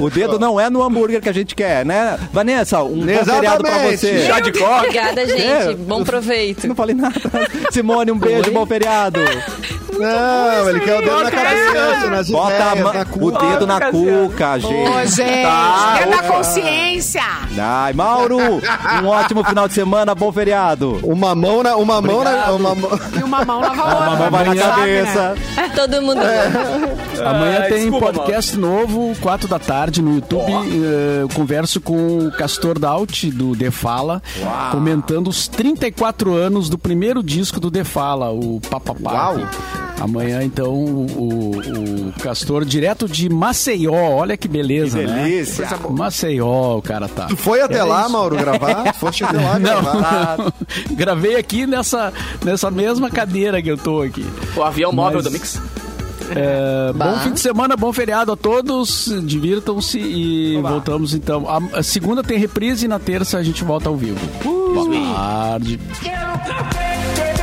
Speaker 1: O dedo não é no hambúrguer que a gente quer, né? Vanessa, um bom
Speaker 6: Exatamente.
Speaker 1: feriado pra você.
Speaker 3: Chá de coca.
Speaker 2: Obrigada,
Speaker 1: É.
Speaker 2: gente. Bom proveito.
Speaker 1: Não falei nada. Simone, um beijo, bom feriado.
Speaker 6: Não, ele quer o dedo na cabeça, nas
Speaker 1: Bota a
Speaker 6: ideias,
Speaker 1: ma-
Speaker 6: na
Speaker 1: o
Speaker 6: cuca.
Speaker 1: dedo na cuca,
Speaker 4: Ô,
Speaker 1: gente.
Speaker 4: gente,
Speaker 3: Tá,
Speaker 4: é
Speaker 3: ô.
Speaker 4: da consciência.
Speaker 1: Ai, Mauro, um ótimo final de semana, bom feriado.
Speaker 6: Uma mão na. Uma mão na. Uma mão...
Speaker 4: E uma mão lava a outra.
Speaker 1: Uma mão vai na
Speaker 4: sabe, né?
Speaker 1: cabeça.
Speaker 2: Todo mundo.
Speaker 1: É.
Speaker 5: Amanhã
Speaker 3: Ah,
Speaker 5: tem
Speaker 3: desculpa,
Speaker 5: podcast novo, 4 da tarde, no YouTube. Eh, eu converso com o Castor Daut, do The Fala, comentando os 34 anos do primeiro disco do The Fala, o Papapá. Amanhã, então, o, o- o Castor, direto de Maceió. Olha que beleza,
Speaker 1: Que
Speaker 5: né?
Speaker 1: delícia.
Speaker 5: Maceió, o cara tá.
Speaker 6: Tu foi até
Speaker 5: Era
Speaker 6: lá,
Speaker 5: isso.
Speaker 6: Mauro, gravar? Foste até lá gravar?
Speaker 5: Não, Ah, gravei aqui nessa, nessa mesma cadeira que eu tô aqui.
Speaker 3: O avião móvel
Speaker 5: Mas-
Speaker 3: do Mix.
Speaker 5: É, bom fim de semana, bom feriado a todos. Divirtam-se e voltamos então. A, a segunda tem reprise e na terça a gente volta ao vivo. Boa tarde.
Speaker 10: Quero café,